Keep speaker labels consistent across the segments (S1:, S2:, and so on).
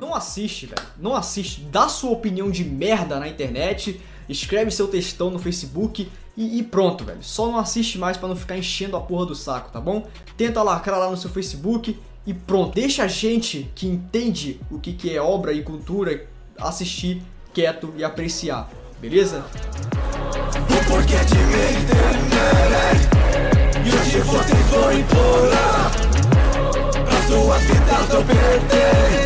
S1: Não assiste, velho. Não assiste. Dá sua opinião de merda na internet, escreve seu textão no Facebook e, e pronto, velho. Só não assiste mais pra não ficar enchendo a porra do saco, tá bom? Tenta lacrar lá no seu Facebook e pronto. Deixa a gente que entende o que, que é obra e cultura assistir quieto e apreciar, beleza?
S2: O porquê de me entender E hoje vocês vão implorar Pra suas vidas não perder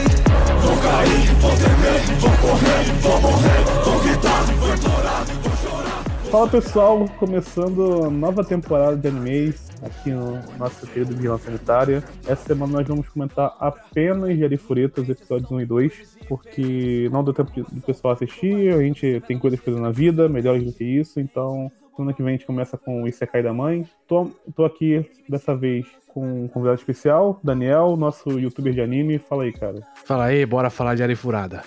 S2: Vou cair, vou temer, vou correr, vou morrer Vou gritar, vou implorar, vou chorar
S3: Fala pessoal, começando nova temporada de animes aqui no nosso querido Vigilância Sanitária. Essa semana nós vamos comentar apenas Jarifuretas, episódios 1 e 2, porque não deu tempo de- do pessoal assistir, a gente tem coisas fazendo na vida, melhores do que isso, então semana que vem a gente começa com o Isekai da Mãe. Tô, tô aqui dessa vez com um convidado especial, Daniel, nosso youtuber de anime. Fala aí, cara.
S4: Fala aí, bora falar de Arifurada.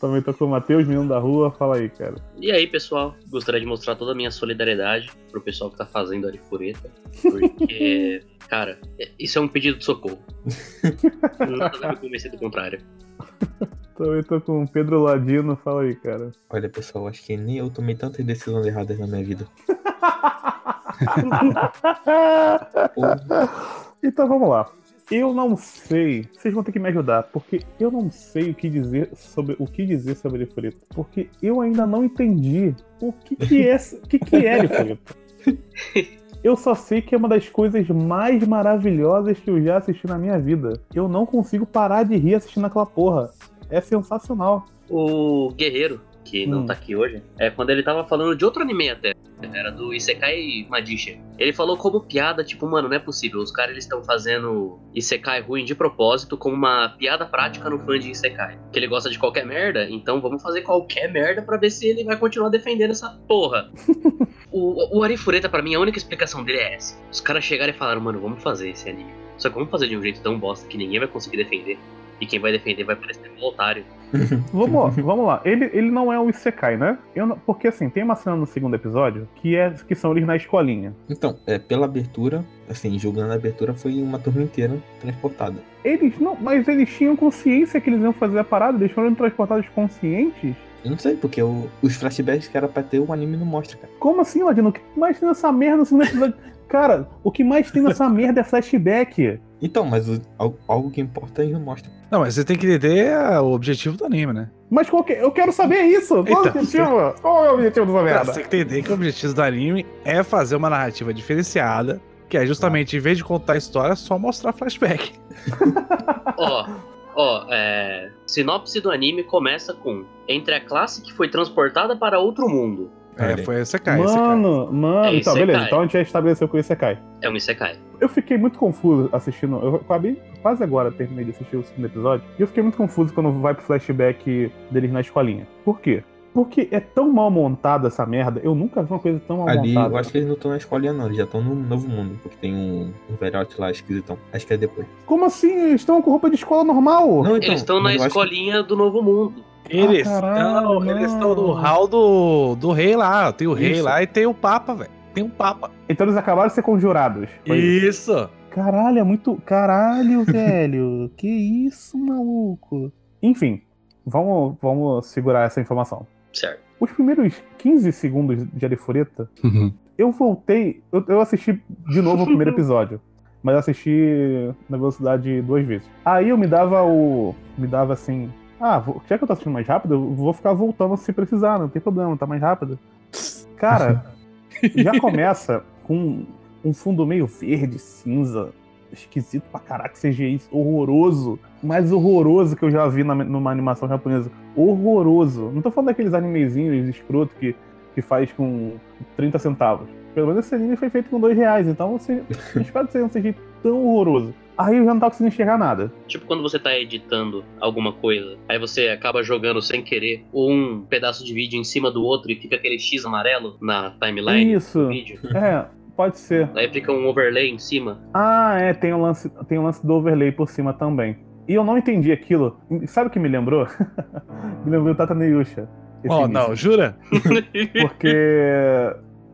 S3: Também tô com o Matheus, menino da rua. Fala aí, cara.
S5: E aí, pessoal, gostaria de mostrar toda a minha solidariedade pro pessoal que tá fazendo arifureta, porque, cara, é- isso é um pedido de socorro. Nada deve convencer do contrário.
S3: Também tô com o Pedro Ladino. Fala aí, cara.
S6: Olha, pessoal, acho que nem eu tomei tantas decisões erradas na minha vida. Porra,
S3: Então vamos lá. Eu não sei. Vocês vão ter que me ajudar, porque eu não sei o que dizer sobre o que dizer sobre Elifureta. Porque eu ainda não entendi o que, que é o que, que é Elifureta. Eu só sei que é uma das coisas mais maravilhosas que eu já assisti na minha vida. Eu não consigo parar de rir assistindo aquela porra. É sensacional.
S5: O Guerreiro, que não
S3: Hum.
S5: tá aqui hoje, é quando ele tava falando de outro anime até, era do Isekai Magician. Ele falou como piada, tipo, mano, não é possível, os caras eles estão fazendo Isekai ruim de propósito como uma piada prática no fã de Isekai. Que ele gosta de qualquer merda, então vamos fazer qualquer merda pra ver se ele vai continuar defendendo essa porra. o, o Arifureta, pra mim, a única explicação dele é essa. Os caras chegaram e falaram, mano, vamos fazer esse anime. Só que vamos fazer de um jeito tão bosta que ninguém vai conseguir defender. E quem vai defender vai parecer um otário.
S3: Vamos lá, vamos lá. Ele, ele não é um Isekai, né? Eu não- porque assim, tem uma cena no segundo episódio que é que são eles na escolinha.
S6: Então, é, pela abertura, assim, julgando a abertura, foi uma turma inteira transportada.
S3: Eles não, mas eles tinham consciência que eles iam fazer a parada, eles foram transportados conscientes?
S6: Eu não sei, porque o- os flashbacks que era pra ter, o anime não mostra, cara.
S3: Como assim, Ladino? O que mais tem nessa merda no segundo episódio? Cara, o que mais tem nessa merda é flashback.
S6: Então, mas o- al- algo que importa, eles não mostram.
S4: Não, mas você tem que entender ah, o objetivo do anime, né?
S3: Mas qual que, é? eu quero saber isso! Qual o
S4: Então,
S3: objetivo? Qual é o objetivo dessa
S4: Cara,
S3: merda?
S4: você tem que entender que o objetivo do anime é fazer uma narrativa diferenciada, que é justamente, em vez de contar a história, é só mostrar flashback.
S5: Ó, ó, é, sinopse do anime começa com entre a classe que foi transportada para outro mundo.
S4: É,
S6: Olha aí.
S4: foi esse cai, esse cai.
S3: mano, mano.
S5: É
S3: então,
S5: Isekai.
S3: beleza. Então a gente já estabeleceu que o Isekai.
S5: É um isekai.
S3: Eu fiquei muito confuso assistindo. Eu acabei quase agora terminei de assistir o segundo episódio. E eu fiquei muito confuso quando vai pro flashback deles na escolinha. Por quê? Porque é tão mal montada essa merda. Eu nunca vi uma coisa tão
S4: Tá
S3: mal
S6: Ali,
S3: montada.
S6: eu acho que eles não estão na escolinha, não. Eles já estão no novo mundo, porque tem um, um velhote lá esquisitão. Acho que é depois.
S3: Como assim? Eles estão com roupa de escola normal?
S6: Não, então,
S5: Eles estão na
S6: eu acho que-
S5: escolinha do novo mundo.
S4: Eles
S3: Ah, caralho,
S4: estão eles estão no
S3: não.
S4: hall do, do rei lá. Tem o rei
S6: Isso.
S4: lá e tem o papa, velho. Tem um papa.
S3: Então eles acabaram de ser conjurados. Foi isso.
S4: Isso.
S3: Caralho, é muito. Caralho, velho. Que isso, maluco. Enfim, vamos, vamos segurar essa informação.
S5: Certo.
S3: Os primeiros 15 segundos de Arifureta, eu voltei. Eu, eu assisti de novo o primeiro episódio. Mas eu assisti na velocidade duas vezes. Aí eu me dava o. Me dava assim. Ah, vou- já que eu tô assistindo mais rápido, eu vou ficar voltando se precisar, não tem problema, tá mais rápido. Cara, já começa com um fundo meio verde, cinza, esquisito pra caraca, CGI horroroso. Mais horroroso que eu já vi na- numa animação japonesa. Horroroso. Não tô falando daqueles animezinhos escroto que, que faz com 30 centavos. Pelo menos esse anime foi feito com dois reais, então você não espero que seja um CGI tão horroroso. Aí eu já não tava conseguindo enxergar nada.
S5: Tipo quando você tá editando alguma coisa, aí você acaba jogando sem querer um pedaço de vídeo em cima do outro e fica aquele X amarelo na timeline do
S3: Isso,
S5: vídeo.
S3: é, pode ser.
S5: Aí fica um overlay em cima.
S3: Ah, é, tem o lance, tem o lance do overlay por cima também. E eu não entendi aquilo. Sabe o que me lembrou? me lembrou Tata Neyusha. esse
S4: Ó,
S3: início.
S4: não, jura?
S3: Porque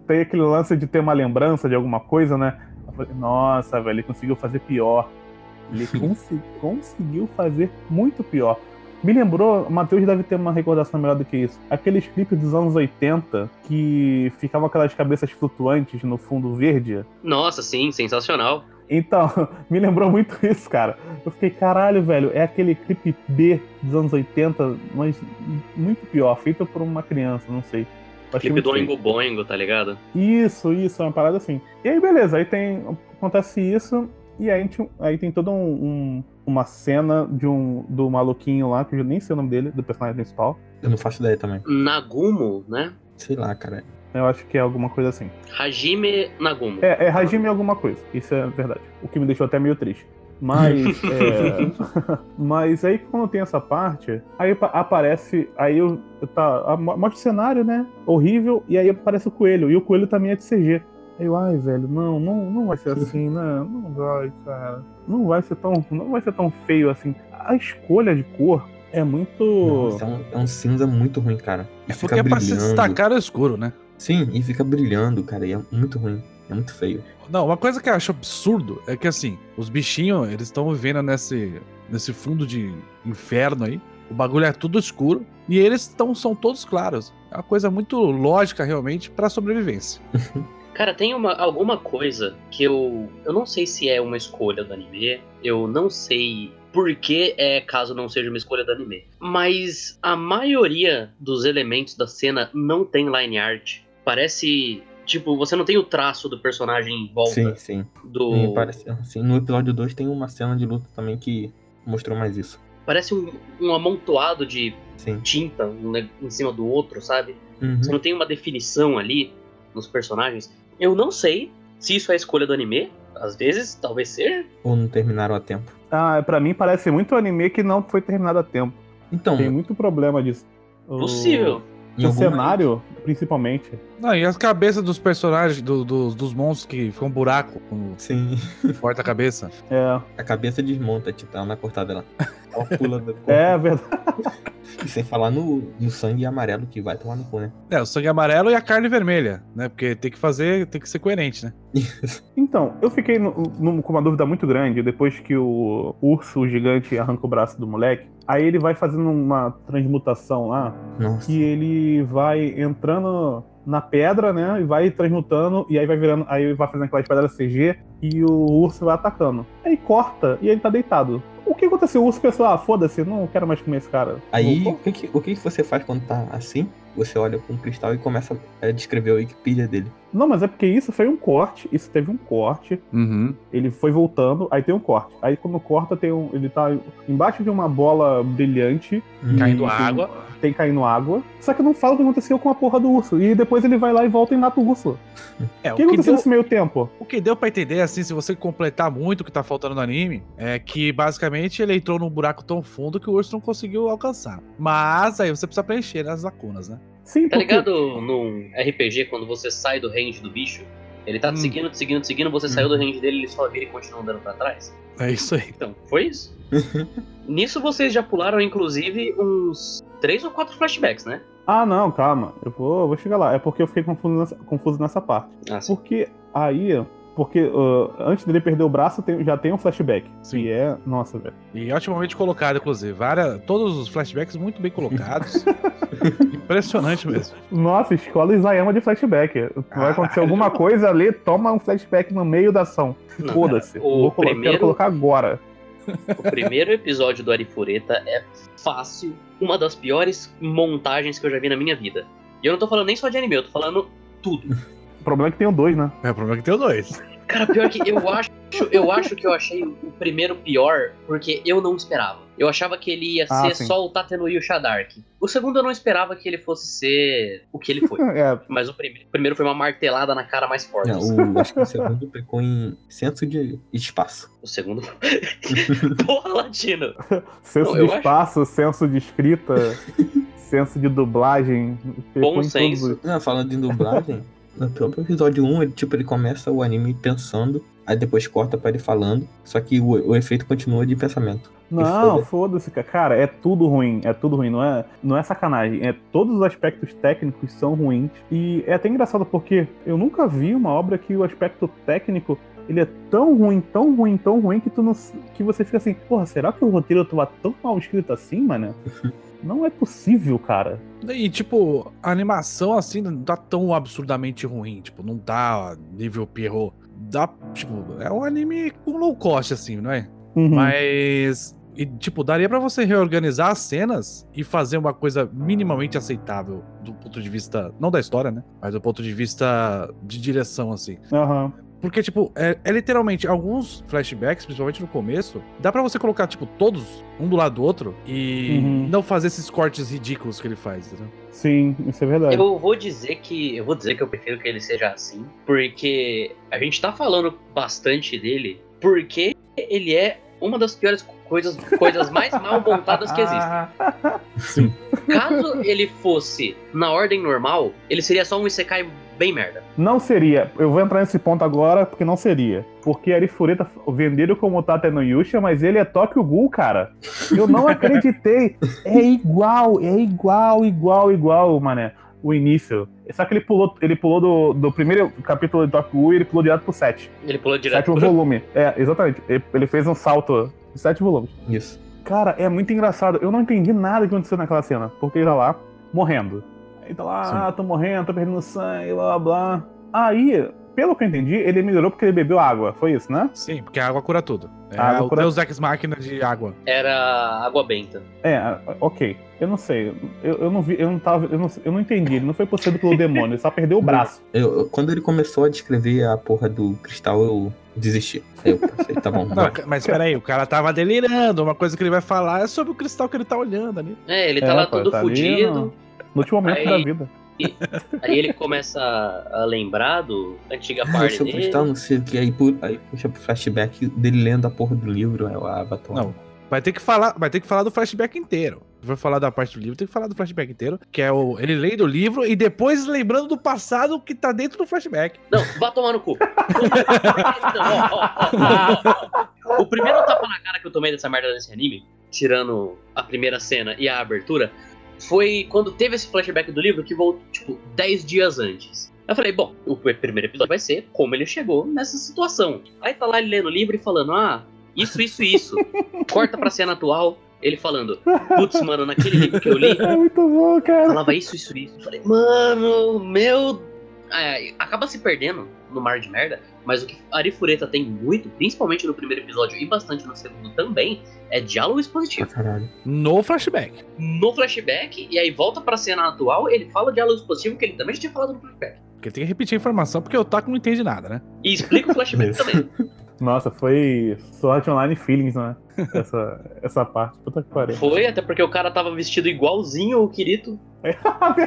S3: tem aquele lance de ter uma lembrança de alguma coisa, né? Eu falei, nossa, velho, ele conseguiu fazer pior. Ele consi- conseguiu fazer muito pior. Me lembrou, o Matheus deve ter uma recordação melhor do que isso. Aqueles clipes dos anos 80 que ficavam aquelas cabeças flutuantes no fundo verde.
S5: Nossa, sim, sensacional.
S3: Então, me lembrou muito isso, cara. Eu fiquei, caralho, velho, é aquele clipe B dos anos 80, mas muito pior, feito por uma criança, não sei. Eu achei
S5: Clipe
S3: muito
S5: do
S3: feio.
S5: Oingo Boingo, tá ligado?
S3: Isso, isso, é uma parada assim. E aí, beleza, aí tem. Acontece isso, e aí, a gente- aí tem toda um- um- uma cena de um do maluquinho lá, que eu nem sei o nome dele, do personagem principal.
S6: Eu não faço ideia também.
S5: Nagumo, né?
S6: Sei lá, cara.
S3: Eu acho que é alguma coisa assim.
S5: Hajime Nagumo.
S3: É, é Hajime alguma coisa, isso é verdade. O que me deixou até meio triste. Mas. é, Mas aí quando tem essa parte, aí pa- aparece. Aí eu, eu tá. a- mo- Mostra o cenário, né? Horrível, e aí aparece o coelho. E o coelho também é de CG. Aí eu, ai, velho, não, não, não vai ser assim, né? Não vai, cara. Não vai ser tão. Não vai ser tão feio assim. A escolha de cor é muito.
S6: Nossa, é, um, é um cinza muito ruim, cara. E
S4: É
S6: fica
S4: porque é pra se
S6: brilhando.
S4: destacar no escuro, né?
S6: Sim, e fica brilhando, cara. E é muito ruim. É muito feio.
S4: Não, uma coisa que eu acho absurdo é que, assim, os bichinhos, eles estão vivendo nesse, nesse fundo de inferno aí. O bagulho é tudo escuro e eles tão, são todos claros. É uma coisa muito lógica, realmente, pra sobrevivência.
S5: Cara, tem uma, alguma coisa que eu. Eu não sei se é uma escolha do anime. Eu não sei por que é caso não seja uma escolha do anime. Mas a maioria dos elementos da cena não tem line art. Parece. Tipo, você não tem o traço do personagem em volta
S6: Sim, sim.
S5: do.
S6: Me parece, assim, no episódio 2 tem uma cena de luta também que mostrou mais isso.
S5: Parece um, um amontoado de
S6: Sim.
S5: tinta um ne- em cima do outro, sabe?
S6: Uhum.
S5: Você não tem uma definição ali nos personagens. Eu não sei se isso é a escolha do anime. Às vezes, talvez seja.
S6: Ou não terminaram a tempo.
S3: Ah, pra mim parece muito anime que não foi terminado a tempo.
S6: Então,
S3: Tem muito problema disso. O-
S5: Possível.
S6: em
S3: o
S6: algum
S3: um cenário, principalmente.
S4: Não, e as cabeças dos personagens, do- do- dos monstros que ficam um buraco quando
S6: Sim.
S4: corta a cabeça.
S3: É,
S6: A cabeça desmonta, tipo, ela na cortada lá. Ela pula da corda.
S3: é verdade.
S6: E sem falar no, no sangue amarelo que vai tomar no cu, né?
S4: É, o sangue amarelo e a carne vermelha, né? Porque tem que fazer, tem que ser coerente, né?
S3: Então, eu fiquei no- no- com uma dúvida muito grande depois que o urso gigante arranca o braço do moleque. Aí ele vai fazendo uma transmutação lá,
S6: Nossa.
S3: que ele vai entrando na pedra, né? E vai transmutando, e aí vai virando. Aí vai fazendo aquelas pedras CG e o urso vai atacando. Aí corta e ele tá deitado. O que aconteceu? O urso pensou, ah, foda-se, não quero mais comer esse cara.
S6: Aí,
S3: Voltou?
S6: o que, que- o que que você faz quando tá assim? Você olha pra um cristal e começa a descrever a Wikipedia dele.
S3: Não, mas é porque isso foi um corte, isso teve um corte.
S4: Uhum.
S3: Ele foi voltando, aí tem um corte. Aí quando corta, tem um. Ele tá embaixo de uma bola brilhante.
S4: Caindo
S3: Hum,
S4: água.
S3: Tem caindo água. Só que não fala o que aconteceu com a porra do urso. E depois ele vai lá e volta e mata o urso.
S4: É,
S3: O
S4: o
S3: que
S4: que,
S3: aconteceu
S4: deu,
S3: nesse meio tempo?
S4: o que deu pra entender, assim, se você completar muito o que tá faltando no anime, é que basicamente ele entrou num buraco tão fundo que o urso não conseguiu alcançar. Mas aí você precisa preencher as lacunas, né?
S3: Sim,
S5: Tá
S3: porque-
S5: ligado num RPG quando você sai do range do bicho? Ele tá
S4: Hum.
S5: te seguindo, te seguindo, te seguindo, você
S6: Hum.
S5: saiu do range dele, ele só vira e continua andando pra trás?
S4: É isso aí.
S5: Então, foi isso. Nisso vocês já pularam, inclusive, uns três ou quatro flashbacks, né?
S3: Ah, não, calma. Eu vou, vou chegar lá. É porque eu fiquei confuso nessa, confuso nessa parte.
S5: Ah, sim.
S3: Porque aí. Porque ah, antes dele perder o braço, tem- já tem um flashback.
S4: Sim.
S3: E é. Nossa, velho.
S4: E otimamente colocado, inclusive. Várias, todos os flashbacks muito bem colocados. Impressionante mesmo.
S3: Nossa, escola Isayama de flashback. Vai acontecer alguma coisa ali, toma um flashback no meio da ação.
S5: Não,
S3: Foda-se.
S5: cara,
S3: Vou
S5: O,
S3: colo- Quero
S5: primeiro,
S3: colocar agora.
S5: o primeiro episódio do Arifureta é fácil, uma das piores montagens que eu já vi na minha vida. E eu não tô falando nem só de anime, eu tô falando tudo.
S3: O problema é que tem o dois, né?
S4: É, o problema é que tem o dois.
S5: Cara, pior que eu acho, eu acho que eu achei o primeiro pior porque eu não esperava. Eu achava que ele ia
S3: Ah,
S5: ser
S3: sim.
S5: só o Tatenuyu Shadark. O segundo eu não esperava que ele fosse ser o que ele foi.
S3: É,
S5: Mas o prime- o primeiro foi uma martelada na cara mais forte.
S6: Não, o, acho que o segundo pecou em senso de espaço.
S5: O segundo. Porra, Latino!
S3: senso
S5: Não,
S3: de
S5: eu acho-
S3: espaço, senso de escrita, senso de dublagem. pecou em todos
S5: senso.
S3: os-
S6: Não, falando em dublagem, no próprio episódio 1, ele, tipo, ele começa o anime pensando, aí depois corta pra ele falando, só que o, o efeito continua de pensamento.
S3: Não, foda-se, cara. cara. É tudo ruim, é tudo ruim. Não é, não é sacanagem. É, todos os aspectos técnicos são ruins. E é até engraçado porque eu nunca vi uma obra que o aspecto técnico ele é tão ruim, tão ruim, tão ruim que tu não, que você fica assim, porra, será que o roteiro tava tão mal escrito assim, mano? Não é possível, cara.
S4: E, tipo, a animação, assim, não tá tão absurdamente ruim. Tipo, não tá nível Pierrot. Dá, tipo, é um anime com low cost, assim, não é?
S3: Uhum.
S4: Mas. E, tipo, daria pra você reorganizar as cenas e fazer uma coisa minimamente aceitável do ponto de vista, não da história, né? Mas do ponto de vista de direção, assim.
S3: Aham.
S4: Porque, tipo, é, é literalmente alguns flashbacks, principalmente no começo, dá pra você colocar, tipo, todos um do lado do outro e
S3: Uhum.
S4: não fazer esses cortes ridículos que ele faz, entendeu?
S3: Sim, isso é verdade.
S5: Eu vou dizer que. Eu vou dizer que eu prefiro que ele seja assim. Porque a gente tá falando bastante dele. Porque ele é uma das piores coisas, coisas mais mal montadas que existem.
S6: Sim.
S5: Caso ele fosse na ordem normal, ele seria só um Isekai bem merda.
S3: Não seria. Eu vou entrar nesse ponto agora porque não seria. Porque Arifureta venderam como Tate no Yusha, mas ele é Tokyo Ghoul, cara. Eu não acreditei. É igual, é igual, igual, igual, mané. O início. Só que ele pulou, ele pulou do, do primeiro capítulo de Tokyo Ghoul e ele pulou direto pro 7.
S5: Ele pulou direto
S3: Sétimo
S5: pro...
S3: volume. É, exatamente. Ele, ele fez um salto de sete volumes.
S6: Isso.
S3: Cara, é muito engraçado. Eu não entendi nada que aconteceu naquela cena. Porque ele tá lá, morrendo. Ele tá lá,
S4: Sim.
S3: ah, tô morrendo, tô perdendo sangue, blá blá. Aí, pelo que eu entendi, ele melhorou porque ele bebeu água. Foi isso, né?
S4: Sim, porque a água cura tudo. É
S3: A água
S4: o
S3: cura-
S4: Deus Ex Máquina de água.
S5: Era Água Benta.
S3: É, ok. Eu não sei. Eu, eu não vi, eu não tava. Eu não, eu não entendi. Ele não foi possuído pelo demônio, ele só perdeu o braço.
S6: Eu, eu- quando ele começou a descrever a porra do cristal, eu desisti. Aí eu pensei, tá bom.
S4: Não, ca- mas peraí, o cara tava delirando. Uma coisa que ele vai falar é sobre o cristal que ele tá olhando ali.
S5: É, ele tá lá
S3: pô,
S5: todo
S3: tá ali
S5: fudido.
S3: no, no último momento
S5: Aí-
S3: da vida.
S5: Aí ele começa a lembrar do da antiga
S6: Ah,
S5: parte
S6: seu
S5: dele.
S6: cristal, não sei o que. Aí, pu- aí puxa pro flashback dele lendo a porra do livro, aí o Avatar.
S4: Não. Vai ter que falar, vai ter que falar do flashback inteiro. Vai falar da parte do livro, tem que falar do flashback inteiro, que é o ele lendo o livro e depois lembrando do passado que tá dentro do flashback.
S5: Não, vá tomar no cu. Não, ó, ó, ó, ó. O primeiro tapa na cara que eu tomei dessa merda desse anime, tirando a primeira cena e a abertura, foi quando teve esse flashback do livro que voltou, tipo, 10 dias antes. Eu falei, bom, o primeiro episódio vai ser como ele chegou nessa situação. Aí tá lá ele lendo o livro e falando, ah, isso, isso, isso. Corta pra cena atual, ele falando, putz, mano, naquele livro que eu li,
S3: É muito bom, cara.
S5: falava isso, isso, isso. Eu Falei, mano, meu. É, acaba se perdendo no mar de merda, mas o que Arifureta tem muito, principalmente no primeiro episódio e bastante no segundo também, é diálogo
S6: Pra
S5: expositivo.
S6: caralho.
S4: No flashback.
S5: No flashback, e aí volta pra cena atual, ele fala diálogo expositivo que ele também já tinha falado no flashback.
S4: Porque tem que repetir a informação, porque o Taco não entende nada, né?
S5: E explica o flashback
S6: Isso.
S5: também.
S3: Nossa, foi Sword Online Feelings, né? Essa, essa parte. Puta que pariu.
S5: Foi, até porque o cara tava vestido igualzinho o Kirito.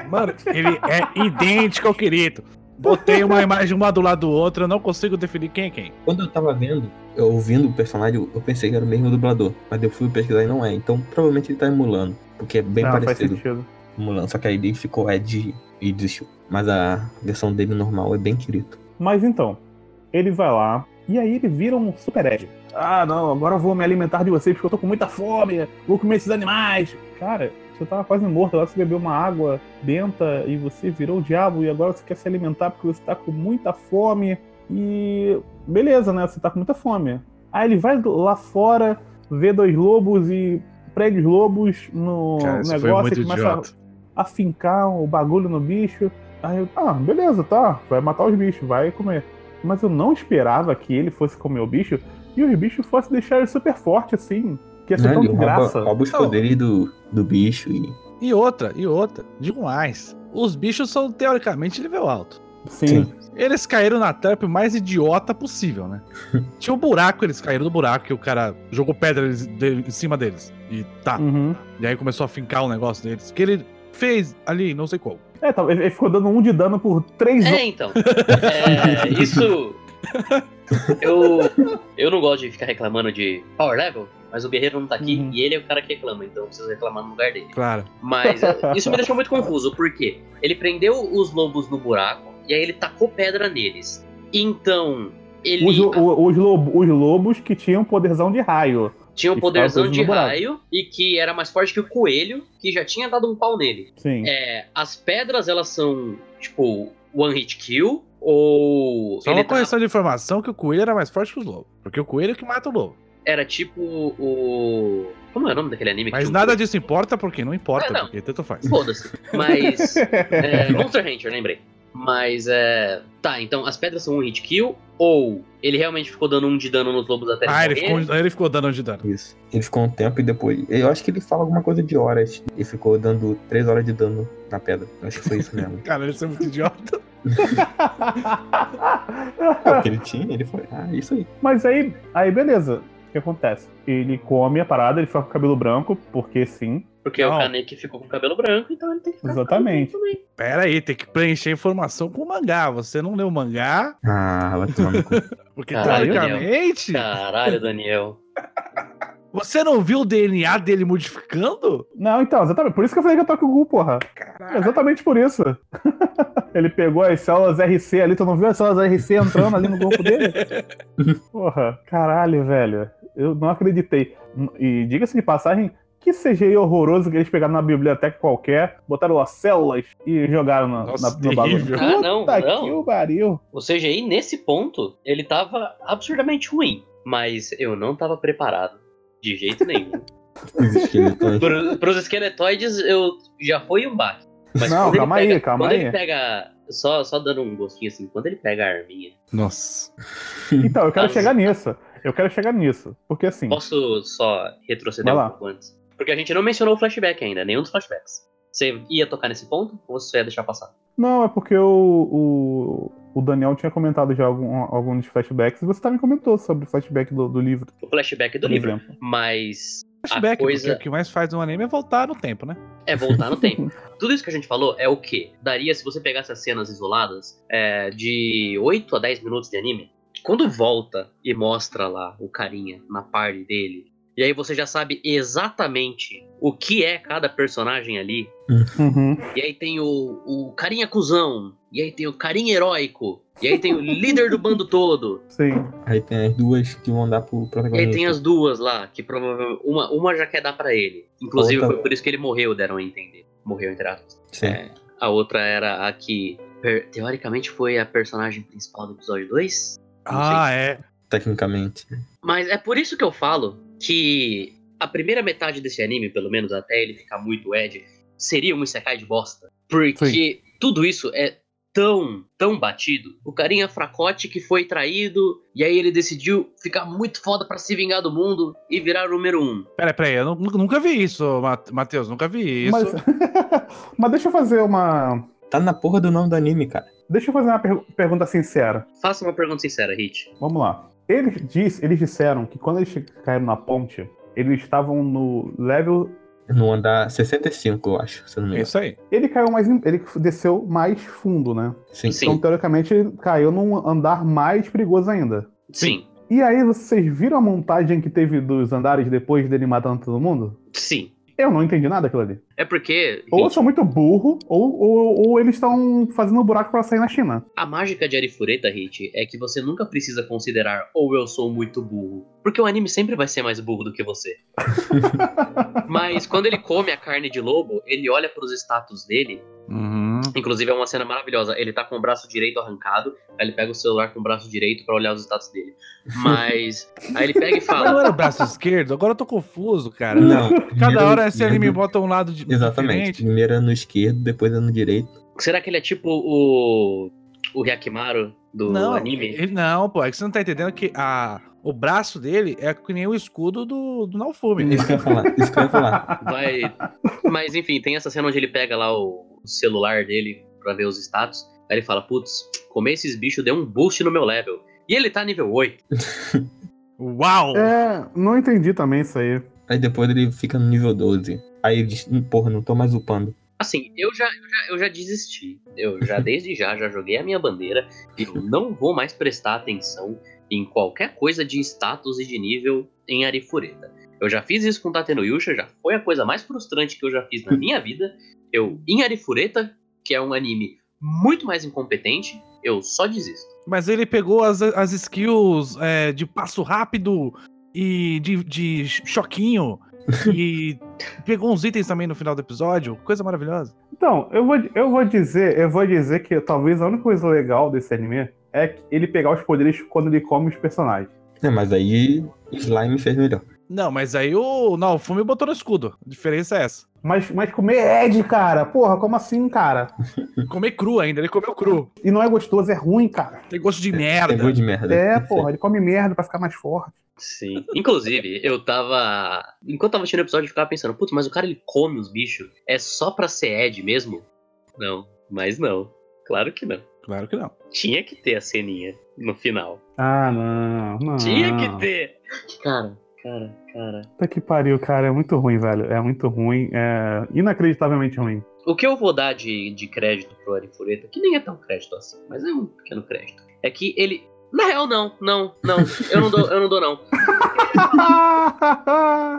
S4: Mano, ele é idêntico ao Kirito. Botei uma imagem uma do lado do outro, eu não consigo definir quem é quem.
S6: Quando eu tava vendo, eu ouvindo o personagem, eu eu pensei que era o mesmo dublador. Mas eu fui pesquisar e não é. Então provavelmente ele tá emulando. Porque é bem
S3: Não, Ah, faz
S6: parecido.
S3: sentido.
S6: Emulando. Só que aí ele ficou Ed e desistiu. Mas a versão dele normal é bem querido.
S3: Mas então, ele vai lá e aí ele vira um super Ed. Ah, não, agora eu vou me alimentar de vocês porque eu tô com muita fome, vou comer esses animais. Cara, você tava quase morto, agora você bebeu uma água benta e você virou o diabo e agora você quer se alimentar porque você tá com muita fome. E beleza, né? Você tá com muita fome. Aí ele vai do- lá fora, vê dois lobos e prende os lobos no
S4: é
S3: negócio e começa a afincar o bagulho no bicho. Aí eu, ah, beleza, tá, vai matar os bichos, vai comer. Mas eu não esperava que ele fosse comer o bicho e os bichos fossem deixar ele super forte assim, que ia ser
S6: Né?
S3: tão
S6: Ele
S3: de graça.
S6: rouba, rouba os
S5: Então,
S4: Não.
S6: poderes do, do bicho e.
S4: E outra, e outra. Digo mais. Os bichos são teoricamente nível alto.
S3: Sim.
S4: Eles caíram na trap mais idiota possível, né? Tinha um buraco, eles caíram do buraco e o cara jogou pedra eles- de- em cima deles. E tá.
S3: Uhum.
S4: E aí começou a fincar o negócio deles. Que ele fez ali, não sei qual.
S3: É, tá, ele ele ficou dando um de dano por três
S5: É, então. É, isso. Eu, eu não gosto de ficar reclamando de power level, mas o guerreiro não tá aqui
S3: Uhum.
S5: e ele é o cara que reclama, então eu preciso reclamar no lugar dele.
S4: Claro.
S5: Mas eh, isso me deixou muito confuso, porque ele prendeu os lobos no buraco e aí ele tacou pedra neles. Então, ele
S3: Os, o- os lobo- os lobos que tinham poderzão de raio.
S5: tinha um
S3: e
S5: poderzão
S3: tava preso
S5: de
S3: no buraco.
S5: raio e que era mais forte que o coelho, que já tinha
S3: Uhum.
S5: dado um pau nele.
S3: Sim.
S5: É, as pedras, elas são, tipo, one hit kill. Ou.
S4: Só
S5: ele
S4: uma
S5: tá- tava-
S4: correção de informação que o coelho era mais forte que os lobos. Porque o coelho é que mata o lobo.
S5: Era tipo o. Como é o nome daquele anime? que
S4: Mas
S5: tinha um
S4: nada
S5: coelho?
S4: disso importa, porque não importa,
S5: É, não.
S4: porque tanto faz.
S5: Foda-se. Mas. é, Monster Hunter, lembrei. Mas é. Tá, então as pedras são um hit kill. Ou ele realmente ficou dando um de dano nos lobos até
S4: Ah, ele
S5: morrer?
S4: ficou, ele ficou dando de dano.
S6: Isso. Ele ficou um tempo e depois. Eu acho que ele fala alguma coisa de horas. E ficou dando 3 horas de dano na pedra. Eu acho que foi isso mesmo.
S4: Cara, ele é muito idiota.
S6: é o que ele tinha, ele foi. Ah, isso aí.
S3: Mas aí, aí beleza. O que acontece? Ele come a parada, ele fica com o cabelo branco, porque sim.
S5: Porque
S4: Não.
S5: o Kaneki ficou com o cabelo branco, então ele tem que ficar
S3: Exatamente.
S5: com o cabelo branco
S4: Pera aí, tem que preencher informação com o mangá. Você não leu o mangá?
S6: Ah, vai tomar no cu.
S4: Porque
S5: Caralho,
S4: teoricamente,
S5: também. Caralho, Daniel.
S4: você não viu o DNA dele modificando?
S3: Não, então, exatamente. Por isso que eu falei que eu toco o Gu, porra. Exatamente por isso. ele pegou as células RC ali, tu não viu as células RC entrando ali no corpo dele? porra, caralho, velho. Eu não acreditei. E diga-se de passagem, que CGI horroroso que eles pegaram na biblioteca qualquer, botaram as células e jogaram na,
S4: Nossa,
S3: na, no bagulho.
S4: terrível.
S5: Ah, não,
S3: Puta
S5: não.
S3: que o baril.
S5: Ou seja, aí nesse ponto, ele tava absurdamente ruim. Mas eu não tava preparado. De jeito nenhum.
S6: Os esqueletos.
S5: Pro, pros esqueletoides, eu já fui um baque. Mas
S3: Não,
S5: quando ele
S3: calma
S5: pega-
S3: aí, calma
S5: quando
S3: aí.
S5: ele pega. Só, só dando um gostinho assim, quando ele pega a arminha.
S4: Nossa.
S3: Então, eu quero
S5: Nossa.
S3: chegar nisso. Eu quero chegar nisso. Porque assim.
S5: Posso só retroceder
S3: Vai
S5: um
S3: lá.
S5: pouco antes? Porque a gente não mencionou o flashback ainda, nenhum dos flashbacks. Você ia tocar nesse ponto ou você ia deixar passar?
S3: Não, é porque o, o, o Daniel tinha comentado já algum, alguns flashbacks e você também comentou sobre o flashback do, do livro,
S5: O flashback do
S3: por
S5: livro.
S3: exemplo.
S5: Mas
S4: Flashback,
S5: coisa-
S4: porque o que mais faz no anime é voltar no tempo, né?
S5: É voltar no tempo. Tudo isso que a gente falou é o que daria se você pegasse as cenas isoladas é, de 8 a 10 minutos de anime. Quando volta e mostra lá o carinha na party dele, e aí você já sabe exatamente o que é cada personagem ali.
S3: Uhum.
S5: E aí tem o, o carinha cuzão, e aí tem o carinha heróico, e aí tem o líder do bando todo.
S3: Sim.
S6: Aí tem as duas que vão dar pro
S5: E aí
S6: protagonista.
S5: tem as duas lá, que provavelmente uma, uma já quer dar pra ele. Inclusive
S6: Outra-
S5: foi por isso que ele morreu, deram a entender. Morreu, entre aspas.
S6: Sim.
S5: A outra era a que, per- teoricamente, foi a personagem principal do episódio 2.
S4: Ah, é.
S6: Tecnicamente.
S5: Mas é por isso que eu falo que a primeira metade desse anime, pelo menos até ele ficar muito Ed, seria um Isekai de bosta. Porque tudo isso é tão, tão batido. O carinha fracote que foi traído, e aí ele decidiu ficar muito foda pra se vingar do mundo e virar o número um.
S4: Peraí, peraí, eu nu- nunca vi isso, Mat- Matheus, nunca vi isso.
S3: Mas, mas deixa eu fazer uma.
S6: Tá na porra do nome do anime, cara.
S3: Deixa eu fazer uma per- pergunta sincera.
S5: Faça uma pergunta sincera, Hit.
S3: Vamos lá. Eles, diz, eles disseram que quando eles che- caíram na ponte, eles estavam no level.
S6: No andar 65, eu acho, se eu não
S4: É
S6: me engano.
S4: isso aí.
S3: Ele caiu mais. em- Ele desceu mais fundo, né?
S6: Sim.
S5: Sim.
S3: Então, teoricamente, ele caiu num andar mais perigoso ainda.
S5: Sim.
S3: E aí, vocês viram a montagem que teve dos andares depois dele matando todo mundo?
S5: Sim.
S3: Eu não entendi nada aquilo ali.
S5: É porque.
S3: Ou eu
S5: Hit,
S3: sou muito burro, ou, ou, ou eles estão fazendo um buraco pra sair na China.
S5: A mágica de Arifureta, Hit, é que você nunca precisa considerar ou eu sou muito burro. Porque o anime sempre vai ser mais burro do que você. Mas quando ele come a carne de lobo, ele olha pros status dele.
S4: Uhum.
S5: Inclusive é uma cena maravilhosa. Ele tá com o braço direito arrancado, aí ele pega o celular com o braço direito pra olhar os status dele. Mas aí ele pega e
S4: Mas não
S5: fala:
S4: era o braço esquerdo? Agora eu tô confuso, cara.
S6: Então, Não. é
S4: Cada
S6: primeiro-
S4: hora esse anime
S6: primeiro-
S4: bota um lado de.
S6: Exatamente.
S4: diferente.
S6: Primeiro é no esquerdo, depois é no direito.
S5: será que ele é tipo o o Hyakimaru do
S4: Não,
S5: anime?
S4: ele não, pô. É que você não tá entendendo que a, o braço dele é que nem o escudo do, do Naofumi. né?
S6: Isso que
S3: é.
S6: eu ia falar. Isso que eu ia falar.
S5: Vai- Mas enfim, tem essa cena onde ele pega lá o o celular dele pra ver os status. Aí ele fala: Putz, comer esses bichos deu um boost no meu level. E ele tá nível 8.
S4: Uau!
S3: É, não entendi também isso aí.
S6: Aí depois ele fica no nível 12. Aí ele diz, "Hum, porra, não tô mais upando.
S5: Assim, eu já, eu já, eu já desisti. Eu já, desde já, já joguei a minha bandeira. E eu não vou mais prestar atenção em qualquer coisa de status e de nível em Arifureta. Eu já fiz isso com Tateno Yusha, já foi a coisa mais frustrante que eu já fiz na minha vida. Eu, em Arifureta, que é um anime muito mais incompetente, eu só desisto.
S4: Mas ele pegou as, as skills é, de passo rápido e de, de choquinho E pegou uns itens também no final do episódio, coisa maravilhosa.
S3: Então, eu vou, eu vou dizer, eu vou dizer que talvez a única coisa legal desse anime é que ele pegar os poderes quando ele come os personagens.
S6: É, mas aí slime fez melhor.
S4: Não, mas aí o Naofumi botou no escudo. A diferença é essa.
S3: Mas, mas comer Ed, cara, porra, como assim, cara?
S4: Comer cru ainda, ele comeu cru.
S3: E não é gostoso, é ruim, cara.
S4: Tem gosto de
S6: Pegou
S4: merda.
S6: de merda.
S3: É, porra, ele come merda pra ficar mais forte.
S5: Sim. Inclusive, eu tava. Enquanto tava assistindo o episódio, eu ficava pensando, putz, mas o cara ele come os bichos. É só pra ser Ed mesmo? Não, mas não. Claro que não.
S4: Claro que não.
S5: Tinha que ter a ceninha no final.
S3: Ah, não, não.
S5: Tinha
S3: Ah.
S5: que ter! Cara, cara, cara.
S3: Puta que pariu, cara, é muito ruim, velho. É muito ruim, é inacreditavelmente ruim.
S5: O que eu vou dar de, de crédito pro Arifureta, que nem é tão crédito assim, mas é um pequeno crédito, é que ele. Na real, não, não, não. Eu não dou, eu não dou, não.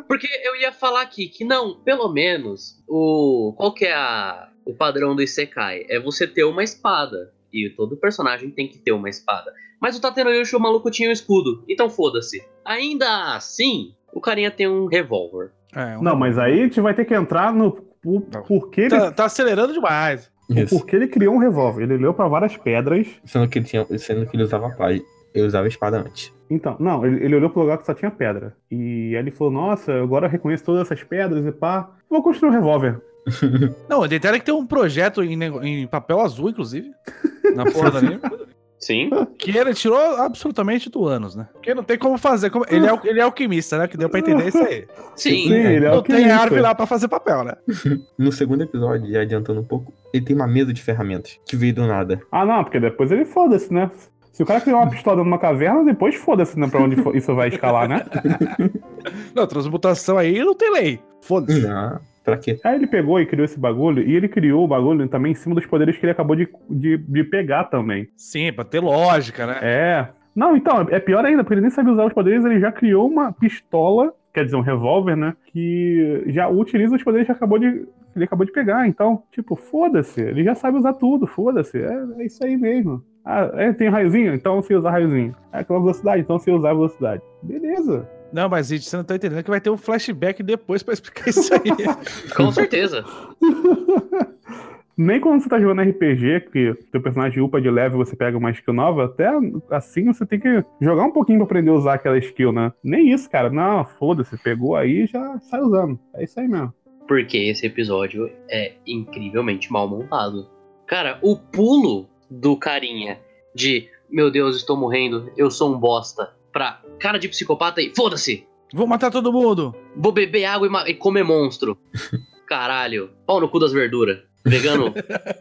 S5: Porque eu ia falar aqui que não, pelo menos, o. Qual que é a, o padrão do Isekai? É você ter uma espada. E todo personagem tem que ter uma espada. Mas o Tateroyushu, o maluco, tinha um escudo. Então foda-se. Ainda assim, o carinha tem um revólver.
S4: É, um-
S3: não, mas aí a gente vai ter que entrar no o
S4: Não.
S3: porquê ele,
S4: Tá, tá acelerando demais.
S3: o
S6: Isso.
S3: porquê ele criou um revólver. Ele olhou pra várias pedras.
S6: Sendo que ele, tinha, sendo que ele usava pá, eu usava espada antes.
S3: Então, não, ele, ele olhou pro lugar que só tinha pedra. E aí ele falou: Nossa, agora eu reconheço todas essas pedras e pá, vou construir um revólver.
S4: Não, o detalhe é que tem um projeto em, nego- em papel azul, inclusive. Na porra do anime.
S5: Sim.
S4: Que ele tirou absolutamente do anos, né? Porque não tem como fazer. como- Ele, é, al- ele é alquimista, né? Que deu pra entender isso aí.
S5: Sim.
S3: ele é
S4: não tem
S3: alquimista.
S4: árvore lá pra fazer papel, né?
S6: No segundo episódio, já adiantando um pouco, ele tem uma mesa de ferramentas que veio do nada.
S3: Ah, não, porque depois ele foda-se, né? Se o cara criar uma pistola numa caverna, depois foda-se, né? Pra onde fo- isso vai escalar, né?
S4: Não, transmutação aí não tem lei. Foda-se.
S6: Ah, pra quê?
S3: Aí ele pegou e criou esse bagulho, e ele criou o bagulho também em cima dos poderes que ele acabou de, de, de pegar também.
S4: Sim, pra ter lógica, né?
S3: É. Não, então, é pior ainda, porque ele nem sabia usar os poderes, ele já criou uma pistola, quer dizer, um revólver, né? Que já utiliza os poderes que acabou de, ele acabou de pegar. Então, tipo, foda-se, ele já sabe usar tudo, foda-se. É, é isso aí mesmo. Ah, é, tem raiozinho? Então se usar raiozinho. É aquela velocidade, então se usar velocidade. Beleza.
S4: É. Não, mas gente, você não tá entendendo que vai ter um flashback depois pra explicar isso aí.
S5: Com certeza.
S3: Nem quando você tá jogando RPG, que teu personagem upa de level e você pega uma skill nova, até assim você tem que jogar um pouquinho pra aprender a usar aquela skill, né? Nem isso, cara. Não, foda-se, pegou aí e já sai usando. É isso aí mesmo.
S5: Porque esse episódio é incrivelmente mal montado. Cara, o pulo do carinha de meu Deus, estou morrendo, eu sou um bosta, pra cara de psicopata e foda-se,
S4: Vou matar todo mundo.
S5: vou beber água e, ma- e comer monstro. Caralho, pau no cu das verduras. Vegano,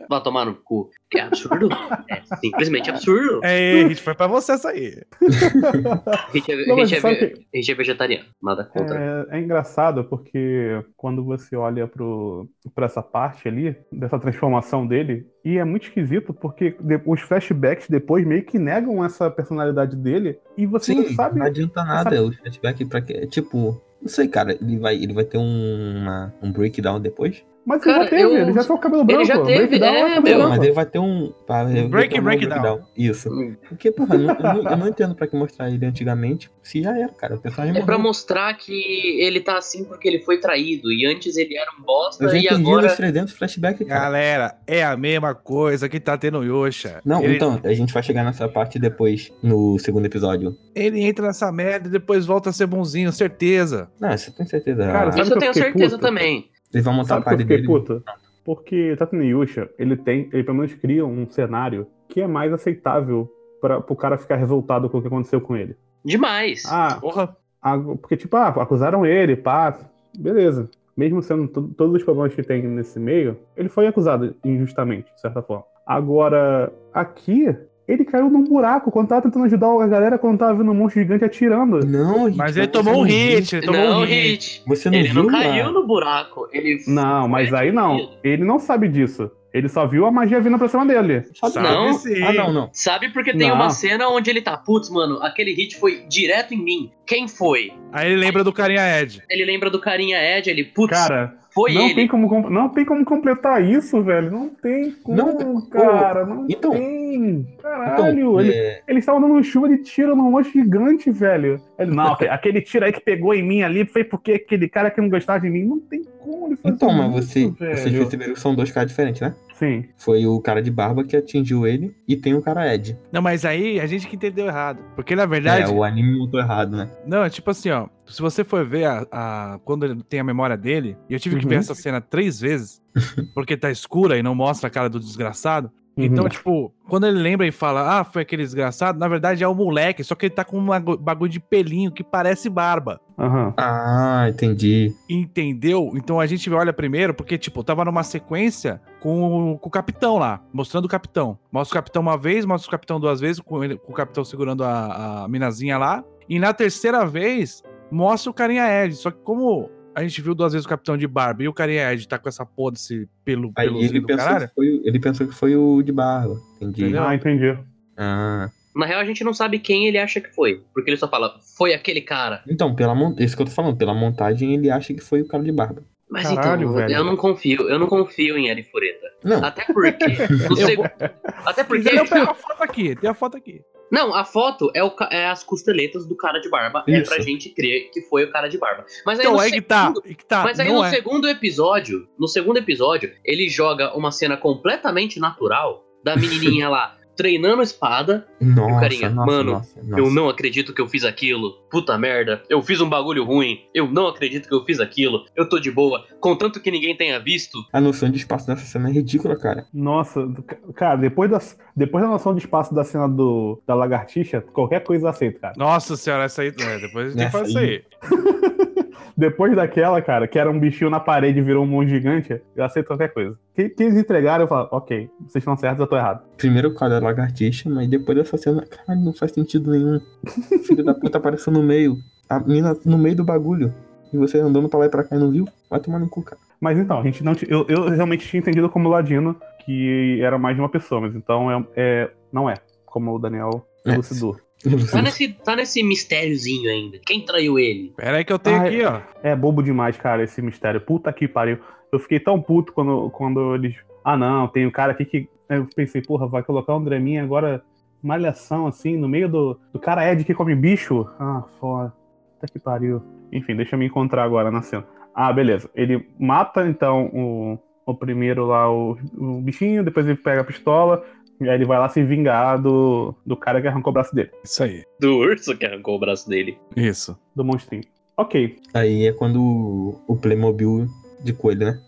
S5: vai tomar no cu. Que absurdo. É simplesmente absurdo.
S4: É, Hit, foi pra você essa aí.
S5: A gente é,
S3: Não,
S5: a
S3: mas
S5: gente é
S3: sabe
S5: ve- a gente é vegetariano, nada contra.
S3: É, é engraçado porque quando você olha pro, pra essa parte ali, dessa transformação dele, e é muito esquisito porque de- os flashbacks depois meio que negam essa personalidade dele e você não sabe.
S6: não adianta nada
S3: sabe-
S6: o flashback pra quê? É Tipo, não sei, cara, ele vai, ele vai ter um, uma- um breakdown depois?
S3: Mas ele
S5: Cara,
S3: já teve,
S5: eu-
S3: ele já foi o cabelo branco.
S5: Ele já teve,
S3: Breakdown
S5: é,
S3: cabelo
S5: meu.
S6: Não,
S3: branco.
S6: mas ele vai ter um. pra- ele vai ter um
S4: breakdown.
S6: Isso.
S5: Hum.
S3: É.
S6: Porque, porra, eu não, eu não- eu não entendo pra que mostrar ele antigamente se já era, cara. O personagem
S5: É pra
S6: morreu.
S5: mostrar que ele tá assim porque ele foi traído. E antes ele era um bosta
S6: Eu já
S5: e
S6: entendi
S5: agora.
S6: nos 300 flashback, cara.
S4: Galera, é a mesma coisa que tá tendo Yosha.
S6: Não,
S4: ele,
S6: então, a gente vai chegar nessa parte depois, no segundo episódio.
S4: ele entra nessa merda e depois volta a ser bonzinho, certeza.
S6: Não, você tem certeza.
S3: Cara, sabe
S6: Ah,
S5: Isso
S3: que
S5: eu
S3: eu
S5: tenho
S3: fiquei
S5: certeza
S3: puto?
S5: também.
S6: Eles vão montar a
S3: Sabe por que
S6: parede
S3: eu fiquei
S6: dele.
S3: puto? Porque Tato Yusha, ele tem, ele pelo menos cria um cenário que é mais aceitável para pro cara ficar revoltado com o que aconteceu com ele.
S5: Demais.
S3: Ah,
S4: Porra.
S3: a- porque tipo, ah, acusaram ele, pá, beleza. Mesmo sendo to- todos os problemas que tem nesse meio, ele foi acusado injustamente, de certa forma. Agora, aqui, ele caiu num buraco quando tava tentando ajudar a galera quando tava vendo um monstro gigante atirando.
S6: Não, gente,
S4: Mas ele
S6: você
S4: tomou
S6: não
S4: um
S6: viu.
S4: hit, ele tomou
S5: não,
S4: um hit.
S5: Hit.
S6: Você não
S5: Ele
S6: viu,
S5: não caiu
S6: mano?
S5: no buraco. Ele.
S3: Não, mas aí não. Ele não sabe disso. Ele só viu a magia vindo pra cima dele.
S6: Sabe
S5: Sabe não.
S4: sim.
S6: Ah, não, não.
S5: Sabe porque tem
S3: Não.
S5: uma cena onde ele tá, putz, mano, aquele hit foi direto em mim. Quem foi?
S4: Aí ele lembra do carinha Ed.
S5: Ele lembra do carinha Ed, ele, putz,
S3: Cara,
S5: Foi
S3: não
S5: ele.
S3: tem como com- não tem como completar isso, velho. Não tem como,
S6: Não,
S3: cara. Não
S6: então-
S3: tem.
S6: Então,
S3: Caralho. ele-
S6: é,
S3: Eles estavam dando uma chuva de tiro num monte gigante, velho. Ele, não, aquele- aquele tiro aí que pegou em mim ali foi porque aquele cara que não gostava de mim. Não tem como ele fazer
S6: então mas
S3: isso,
S6: você, vocês
S3: velho.
S6: perceberam que são dois caras diferentes, né?
S3: Sim.
S6: Foi o cara de barba que atingiu ele e tem o cara Ed.
S4: Não, mas aí a gente que entendeu errado. Porque na
S6: É,
S4: verdade.
S6: o anime montou errado, né?
S4: Não, é tipo assim, ó. Se você for ver a, a- quando ele tem a memória dele, e eu tive que ver
S3: Uhum.
S4: essa cena três vezes, porque tá escura e não mostra a cara do desgraçado. Então,
S3: Uhum.
S4: tipo, quando ele lembra e fala, ah, foi aquele desgraçado, na verdade é o moleque, só que ele tá com um bagu- bagulho de pelinho que parece barba.
S3: Aham.
S6: Ah, entendi.
S4: Entendeu? Então a gente olha primeiro, porque, tipo, tava numa sequência com o, com o capitão lá, mostrando o capitão. Mostra o capitão uma vez, mostra o capitão duas vezes, com, ele- com o capitão segurando a, a minazinha lá. E na terceira vez, mostra o carinha Ed. Só que como a gente viu duas vezes o capitão de barba e o carinha Ed tá com essa porra desse pelo,
S6: Aí
S4: peluzinho
S6: ele
S4: do
S6: pensou,
S4: caralho.
S6: que foi, ele pensou que foi o de barba. Entendi.
S4: Entendeu?
S3: Ah, entendi.
S6: Ah.
S5: Na real, a gente não sabe quem ele acha que foi. Porque ele só fala, foi aquele cara.
S6: Então, pela mon- isso que eu tô falando, pela montagem ele acha que foi o cara de barba.
S5: Mas
S3: Caralho,
S5: então, eu-
S3: velho.
S5: eu não confio. Eu não confio em Eri Fureta.
S6: Não,
S5: Até porque. no
S4: Eu
S5: seg-
S4: vou-
S5: Até porque.
S4: Quiser, eu pego a foto aqui, é tem a foto aqui.
S5: Não, a foto é, o ca- é as costeletas do cara de barba. É
S6: Isso.
S5: pra gente crer que foi o cara de barba. Mas aí
S4: Então,
S5: no
S4: aí que tá,
S5: segundo-
S4: aí que tá.
S5: Mas aí
S4: não
S5: no
S4: é.
S5: segundo episódio, no segundo episódio, ele joga uma cena completamente natural da menininha lá treinando espada.
S6: nossa,
S5: carinha,
S6: nossa,
S5: mano,
S6: nossa,
S5: Eu
S6: nossa.
S5: não acredito que eu fiz aquilo. Puta merda. Eu fiz um bagulho ruim. Eu não acredito que eu fiz aquilo. Eu tô de boa. Contanto que ninguém tenha visto.
S6: A noção de espaço nessa cena é ridícula, cara.
S3: Nossa, ca- cara, depois da, depois da noção de espaço da cena do, da lagartixa, qualquer coisa eu aceito, cara.
S4: Nossa senhora, essa aí. É, depois a gente tem que
S6: Nessa
S4: fazer isso aí.
S3: Depois daquela, cara, que era um bichinho na parede e virou um monte gigante, eu aceito qualquer coisa. Que, que eles entregaram, eu falo, ok, vocês estão certos, eu tô errado.
S6: Primeiro o cara é lagartixa, mas depois dessa cena, cara, não faz sentido nenhum. O Filho da puta apareceu no meio. A menina no meio do bagulho. E você andando pra lá e pra cá e não viu? Vai tomar no cu, cara.
S3: Mas então, a gente não. ti- Eu, eu realmente tinha entendido como Ladino, que era mais de uma pessoa, mas então é, é- não é, como o Daniel
S6: É.
S3: elucidou.
S5: Tá nesse, tá nesse mistériozinho ainda. Quem traiu ele?
S4: Pera aí que eu tenho
S3: Ah,
S4: aqui, ó.
S3: É bobo demais, cara, esse mistério. Puta que pariu. Eu fiquei tão puto quando, quando eles. Ah, não, tem um cara aqui que. Eu pensei, porra, vai colocar um draminha agora, malhação assim, no meio do, do cara Ed que come bicho? Ah, foda. Puta que pariu. Enfim, deixa eu me encontrar agora na cena. Ah, beleza. Ele mata, então, o, o primeiro lá, o, o bichinho, depois ele pega a pistola, e aí ele vai lá se vingar do, do cara que arrancou o braço dele,
S4: Isso aí.
S5: Do urso que arrancou o braço dele.
S4: Isso.
S3: do monstrinho. Ok.
S6: Aí é quando o- o Playmobil de coelho, né?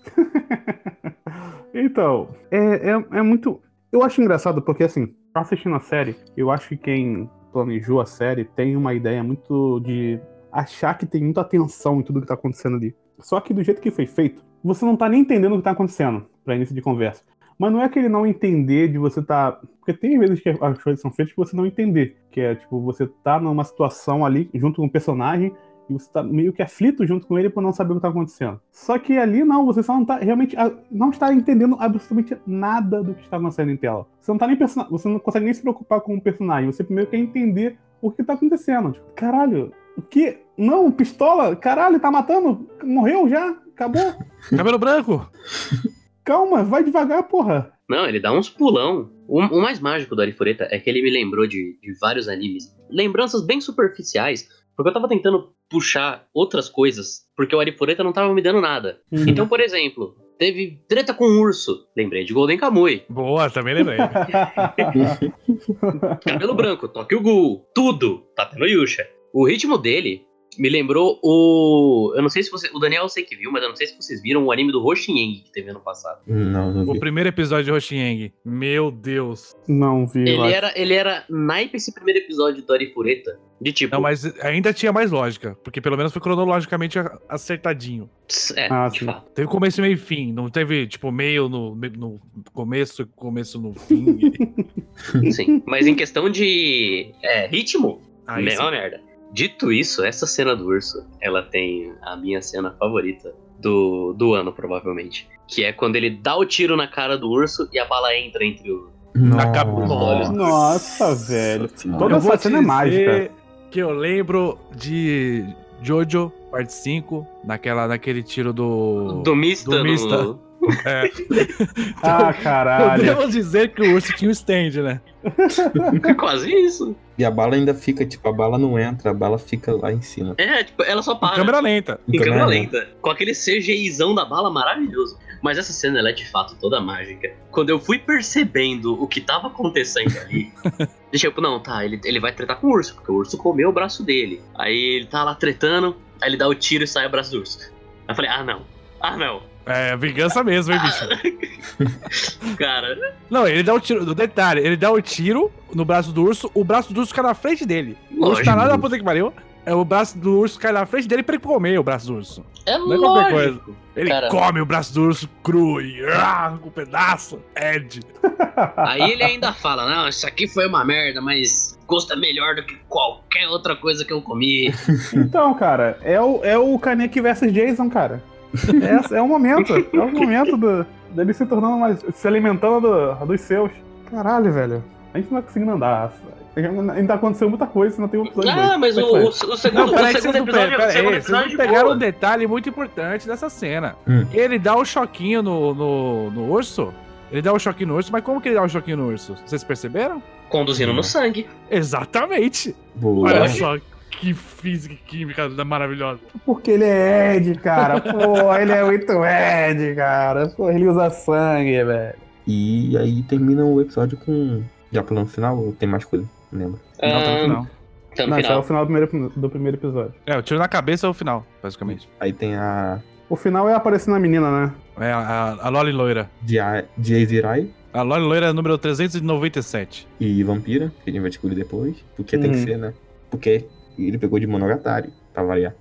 S3: Então, é, é, é muito. Eu acho engraçado porque, assim, assistindo a série, eu acho que quem planejou a série tem uma ideia muito de achar que tem muita atenção em tudo que tá acontecendo ali. Só que do jeito que foi feito, você não tá nem entendendo o que tá acontecendo, pra início de conversa. Mas não é aquele não entender de você tá. Porque tem vezes que as coisas são feitas que você não entender. Que é tipo, você tá numa situação ali junto com o personagem e você tá meio que aflito junto com ele por não saber o que tá acontecendo. Só que ali não, você só não tá realmente ah, não está entendendo absolutamente nada do que está acontecendo em tela. Você não tá nem persona- você não consegue nem se preocupar com o personagem, você primeiro quer entender o que tá acontecendo. Tipo, caralho, o que? Não, pistola, caralho, tá matando, morreu já, acabou.
S4: Cabelo branco.
S3: Calma, vai devagar, porra.
S5: Não, ele dá uns pulão. O, o mais mágico do Arifureta é que ele me lembrou de, de vários animes. Lembranças bem superficiais, porque eu tava tentando puxar outras coisas, porque o Arifureta não tava me dando nada.
S3: Uhum.
S5: Então, por exemplo, teve treta com um urso. Lembrei de Golden Kamuy.
S4: Boa, também lembrei.
S5: Cabelo branco, Tokyo Ghoul. Tudo. Tá tendo Yusha. O ritmo dele me lembrou o... Eu não sei se você... O Daniel eu sei que viu, mas eu não sei se vocês viram o anime do Roshin Yang que teve ano passado.
S6: Não, não
S4: o
S6: vi.
S4: primeiro episódio de Roshieng. Meu Deus.
S3: não vi, eu
S5: Ele
S3: acho.
S5: era, ele era naipe esse primeiro episódio do Arifureta. De tipo...
S4: Não, mas ainda tinha mais lógica, porque pelo menos foi cronologicamente a- acertadinho.
S5: Tss, É,
S3: Ah,
S5: de
S3: sim.
S5: fato.
S4: Teve começo, meio e fim. Não teve, tipo, meio no, me- no começo, começo no fim.
S5: Sim, mas em questão de é, ritmo,
S4: Aí
S5: mesma
S4: sim.
S5: merda. Dito isso, essa cena do urso, ela tem a minha cena favorita do, do ano, provavelmente. Que é quando ele dá o tiro na cara do urso e a bala entra entre o.
S4: Na capa dos olhos.
S3: Nossa, velho.
S6: Senhora.
S3: Toda é
S4: Eu vou
S3: essa cena é
S4: te
S3: mágica.
S4: dizer Que eu lembro de Jojo parte 5, naquela, naquele tiro do.
S5: Do Mista,
S4: Do Mista.
S5: No...
S4: É.
S3: Ah, caralho.
S4: Podemos dizer que o urso tinha um stand, né?
S5: É Quase isso.
S6: E a bala ainda fica, tipo, a bala não entra, a bala fica lá em cima.
S5: É, tipo, ela só para.
S4: Câmera lenta.
S5: Em
S6: Então,
S5: câmera
S6: né?
S5: lenta. Com aquele CGIzão da bala maravilhoso. Mas essa cena ela é de fato toda mágica. Quando eu fui percebendo o que tava acontecendo ali, deixa eu, não, tá, ele, ele vai tretar com o urso, porque o urso comeu o braço dele. Aí ele tá lá tretando, aí ele dá o tiro e sai o braço do urso. Aí eu falei, ah não, ah não.
S4: É, vingança mesmo, hein, bicho?
S5: Cara,
S4: Não, ele dá o tiro. Detalhe, ele dá o tiro no braço do urso, o braço do urso cai na frente dele. O urso
S5: lógico.
S4: tá lá na puta que pariu. É, o braço do urso cai na frente dele pra ele comer o braço do urso.
S5: É
S4: Não é qualquer coisa.
S5: lógico.
S4: Ele
S5: Cara.
S4: come o braço do urso cru e ah, com um pedaço. Ed.
S5: Aí ele ainda fala, não, isso aqui foi uma merda, mas gosta melhor do que qualquer outra coisa que eu comi.
S3: Então, cara, é o, é o Kanek versus Jason, cara. É, é o momento. É o momento do, dele se tornando mais. se alimentando do- dos seus. Caralho, velho. A gente não vai conseguindo andar. Ainda aconteceu muita coisa, não tem um opção.
S5: Ah, mas
S3: é
S5: o, o, o
S4: Não,
S5: segundo, o
S4: peraí, que
S5: segundo
S4: vocês não, pe-
S5: episódio, é o
S4: peraí,
S5: segundo
S4: vocês
S5: episódio
S4: não
S5: de
S4: pegaram
S5: boa.
S4: um detalhe muito importante dessa cena.
S6: Hum.
S4: Ele dá o choquinho no, no, no urso. Ele dá o choquinho no urso, mas como que ele dá o choquinho no urso? Vocês perceberam?
S5: Conduzindo
S4: Uhum.
S5: no sangue.
S4: Exatamente.
S6: Boa.
S4: Olha só que física e química maravilhosa.
S3: Porque ele é Ed, cara. Pô, ele é muito Ed, cara. Pô, ele usa sangue, velho.
S6: E aí termina o episódio com. Já pulando o final ou tem mais coisa? Não lembro.
S4: Não, tá no
S5: Ah,
S4: final.
S5: tá no
S3: Não, esse é
S5: final.
S3: o final do primeiro, do primeiro episódio.
S4: É, o tiro na cabeça é o final, basicamente.
S6: Aí tem a.
S3: O final é aparecendo a menina, né?
S4: É a, a, a Loli Loira.
S6: Jia- Jaizirai
S4: A Loli Loira é número 397.
S6: e Vampira, que a gente vai descobrir depois. Porque tem que
S3: Uhum.
S6: ser, né? Porque ele pegou de Monogatari, pra variar.